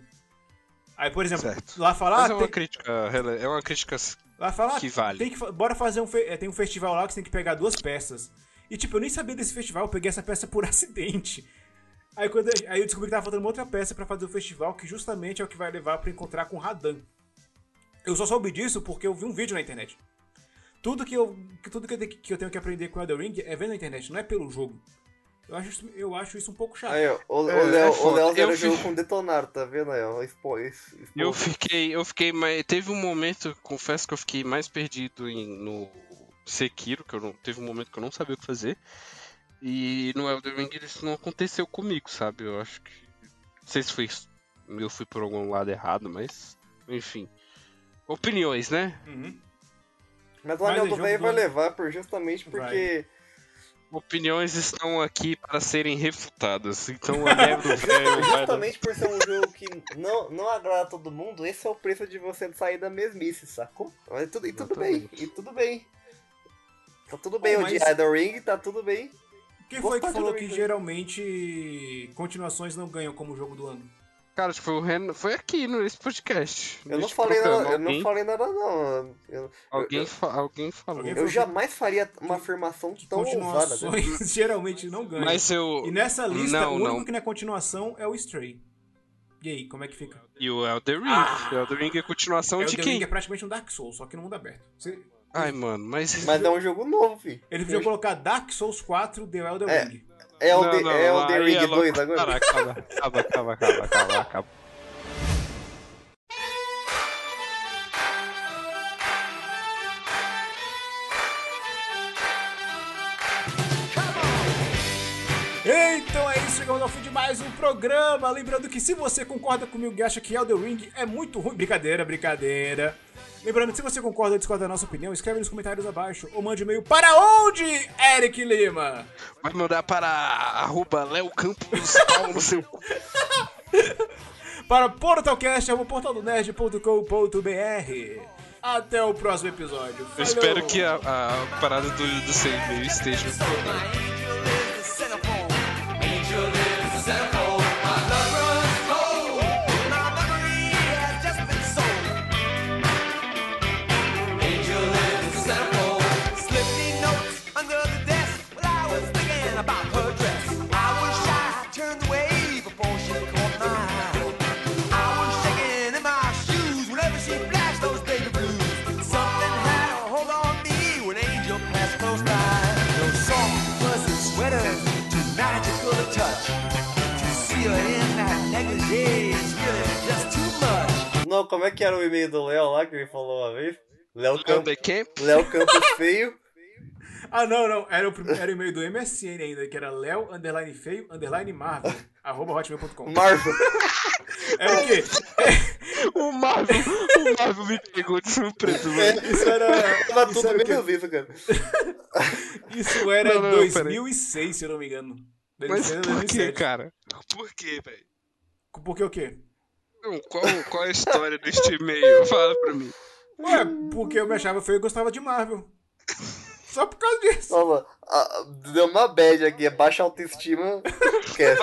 [SPEAKER 2] Aí, por exemplo,
[SPEAKER 3] Certo.
[SPEAKER 2] lá "Ah, falar.
[SPEAKER 3] Mas é uma crítica, rele- é uma crítica
[SPEAKER 2] Lá falar,
[SPEAKER 3] Que vale.
[SPEAKER 2] tem que, fa- bora fazer um, fe- é, tem um festival lá que você tem que pegar duas peças. E tipo, eu nem sabia desse festival, eu peguei essa peça por acidente. Aí, quando eu, aí eu descobri que tava faltando uma outra peça pra fazer o festival, que justamente é o que vai levar pra encontrar com o Radan. Eu só soube disso porque eu vi um vídeo na internet. Tudo que eu, que- tudo que eu, tenho, que- que eu tenho que aprender com o Elden Ring é vendo na internet, não é pelo jogo. Eu acho, isso- eu acho isso um pouco chato.
[SPEAKER 4] Aí, ó, o,
[SPEAKER 3] É,
[SPEAKER 4] o Léo,
[SPEAKER 3] é
[SPEAKER 4] o
[SPEAKER 3] foda.
[SPEAKER 4] Léo zerou
[SPEAKER 3] Eu
[SPEAKER 4] o jogo
[SPEAKER 3] fiz-
[SPEAKER 4] com detonar, tá vendo aí? Ó, expo, ex- expo-
[SPEAKER 3] Eu fiquei, eu fiquei, mais, teve um momento, confesso que eu fiquei mais perdido em- no Sekiro, que eu não, teve um momento que eu não sabia o que fazer. E no Elden Ring isso não aconteceu comigo, sabe? Eu acho que não sei se foi eu fui por algum lado errado, mas enfim. Opiniões, né?
[SPEAKER 2] Uhum.
[SPEAKER 4] Mas o
[SPEAKER 2] Mas é
[SPEAKER 4] Anel do
[SPEAKER 2] jogo
[SPEAKER 4] Velho
[SPEAKER 2] do
[SPEAKER 4] vai
[SPEAKER 2] ano.
[SPEAKER 4] levar por justamente porque.
[SPEAKER 3] Opiniões estão aqui para serem refutadas. Então a leve do
[SPEAKER 2] Tá
[SPEAKER 3] velho vai. dar-
[SPEAKER 4] Justamente por ser um jogo que não, não agrada todo mundo, esse é o preço de você sair da mesmice, sacou? Mas tudo, e tudo bem, e tudo bem. Tá tudo bem
[SPEAKER 2] Bom, mas-
[SPEAKER 4] odiar The Ring, tá tudo bem.
[SPEAKER 2] Quem
[SPEAKER 4] Boa
[SPEAKER 2] foi que
[SPEAKER 4] parte
[SPEAKER 2] falou
[SPEAKER 4] do
[SPEAKER 2] que
[SPEAKER 4] Ring.
[SPEAKER 2] geralmente continuações não ganham como jogo do ano?
[SPEAKER 3] Cara, tipo, o Ren... foi aqui no- nesse podcast.
[SPEAKER 4] Eu não
[SPEAKER 3] Neste
[SPEAKER 4] falei
[SPEAKER 3] programa.
[SPEAKER 4] nada, eu
[SPEAKER 3] alguém,
[SPEAKER 4] não falei nada não. Eu,
[SPEAKER 3] alguém,
[SPEAKER 4] eu-
[SPEAKER 3] fa- alguém falou.
[SPEAKER 2] Alguém
[SPEAKER 4] eu jamais faria uma afirmação tão ousada. né? velho.
[SPEAKER 2] Continuações geralmente não ganham.
[SPEAKER 3] Mas eu.
[SPEAKER 2] E nessa lista,
[SPEAKER 3] Não,
[SPEAKER 2] o único
[SPEAKER 3] não.
[SPEAKER 2] que não é continuação é o Stray. E aí, como é que fica?
[SPEAKER 3] E o Elder Ring.
[SPEAKER 4] Ah!
[SPEAKER 3] O Elder Ring é continuação Então, de
[SPEAKER 2] Elden Ring
[SPEAKER 3] quem?
[SPEAKER 2] é praticamente um Dark Souls, só que no mundo aberto. Você-
[SPEAKER 3] Ai, mano, mas.
[SPEAKER 4] Mas é um jogo novo, filho.
[SPEAKER 2] Ele podia colocar Dark Souls 4 The Elden
[SPEAKER 4] É.
[SPEAKER 2] Ring.
[SPEAKER 4] É o,
[SPEAKER 3] Não,
[SPEAKER 4] The-
[SPEAKER 3] não,
[SPEAKER 4] é o
[SPEAKER 3] aí
[SPEAKER 4] The Ring
[SPEAKER 3] é
[SPEAKER 4] 2
[SPEAKER 3] louco. Cara,
[SPEAKER 4] agora.
[SPEAKER 3] acaba, acaba, acaba, acaba, acaba, acaba.
[SPEAKER 2] Então é isso, chegamos ao fim de mais um programa. Lembrando que se você concorda comigo e acha que Elden Ring é muito ruim, brincadeira, brincadeira. Lembrando que se você concorda ou discorda da nossa opinião, escreve nos comentários abaixo ou mande e-mail para onde, Eric Lima?
[SPEAKER 3] Vai mandar para arroba Léo Campos pau no seu cu.
[SPEAKER 2] Para portalcast.portaldonerd.com.br Até o próximo episódio.
[SPEAKER 3] Eu espero que a, a parada do, do seu e-mail esteja. um
[SPEAKER 1] Close by, no soft fuzzy sweater, too magical a touch. To see her in that negligee is really just too much.
[SPEAKER 4] Não, como é que era o e-mail do Léo lá que ele falou uma vez? Léo
[SPEAKER 3] Léo
[SPEAKER 4] Campos,
[SPEAKER 3] Becamp?
[SPEAKER 4] Léo Campos feio.
[SPEAKER 2] Ah, não, não. Era o, prim- era o e-mail do MSN ainda, que era leo, underline feio, underline marvel, arroba hotmail.com.
[SPEAKER 4] Marvel.
[SPEAKER 2] Era o quê?
[SPEAKER 3] O Marvel, o Marvel me pegou de surpresa, mano.
[SPEAKER 2] Isso era...
[SPEAKER 4] Mas
[SPEAKER 2] Isso
[SPEAKER 4] tudo
[SPEAKER 2] era o quê?
[SPEAKER 4] menos isso, cara.
[SPEAKER 2] Isso era
[SPEAKER 3] Não, não, não, peraí.
[SPEAKER 2] 2006, se eu não me engano.
[SPEAKER 4] É,
[SPEAKER 2] Deve
[SPEAKER 3] Mas
[SPEAKER 2] ser
[SPEAKER 3] por que,
[SPEAKER 2] 2007.
[SPEAKER 3] cara? Por que, velho?
[SPEAKER 2] Porque o quê?
[SPEAKER 3] Não, Qual, qual é a história deste e-mail? Fala pra mim.
[SPEAKER 2] Ué, porque eu me achava feio e gostava de Marvel. Só por causa disso.
[SPEAKER 4] Nossa, a- a- ah, deu uma bad aqui, é baixa autoestima. Esquece.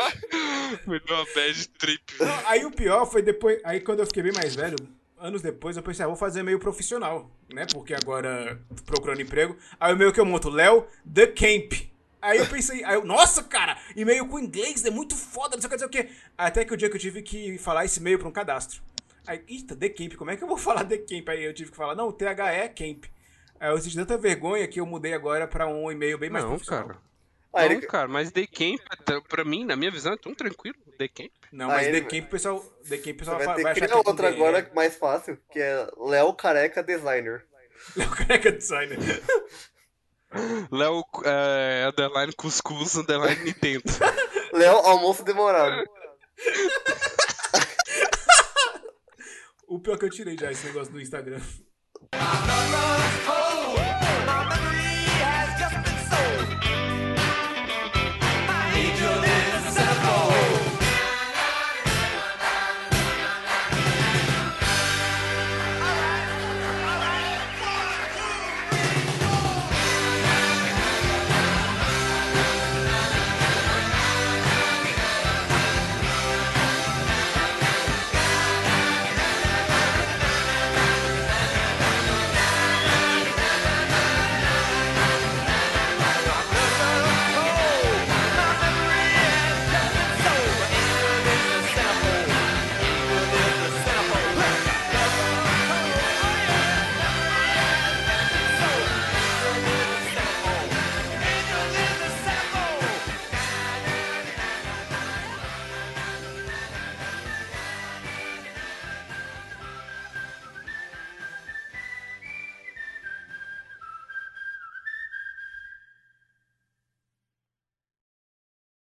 [SPEAKER 3] Foi uma é bad trip, velho.
[SPEAKER 2] Aí o pior foi depois. Aí quando eu fiquei bem mais velho, anos depois, eu pensei, ah, vou fazer meio profissional, né? Porque agora procurando emprego. Aí o meio que eu monto, Léo The Camp. Aí eu pensei, aí eu, nossa, cara, e-mail com inglês é muito foda, não sei o que, não sei o que. Até que o dia que eu tive que falar esse e-mail pra um cadastro. Aí, eita, The Camp, como é que eu vou falar The Camp? Aí eu tive que falar, não, THE Camp. Aí eu senti tanta vergonha que eu mudei agora pra um e-mail bem mais
[SPEAKER 3] Não,
[SPEAKER 2] profissional.
[SPEAKER 3] cara.
[SPEAKER 4] Aí
[SPEAKER 3] Não,
[SPEAKER 4] Ah, ele-
[SPEAKER 3] cara, mas The Camp, até- pra mim, na minha visão, é tão tranquilo. The Camp.
[SPEAKER 2] Não, mas
[SPEAKER 4] Aí
[SPEAKER 2] The
[SPEAKER 4] ele-
[SPEAKER 2] Camp, pessoal, The Camp, pessoal
[SPEAKER 4] Vai
[SPEAKER 2] fa-
[SPEAKER 4] ter
[SPEAKER 2] vai
[SPEAKER 4] que
[SPEAKER 2] achar
[SPEAKER 4] criar
[SPEAKER 2] que é com
[SPEAKER 4] outra
[SPEAKER 2] DR.
[SPEAKER 4] agora mais fácil, que é Léo Careca Designer.
[SPEAKER 2] Léo Careca Designer.
[SPEAKER 3] Léo, é, underline cuscuz, underline Nintendo.
[SPEAKER 4] Léo Almoço Demorado.
[SPEAKER 2] O pior que eu tirei já esse negócio do Instagram.
[SPEAKER 1] Another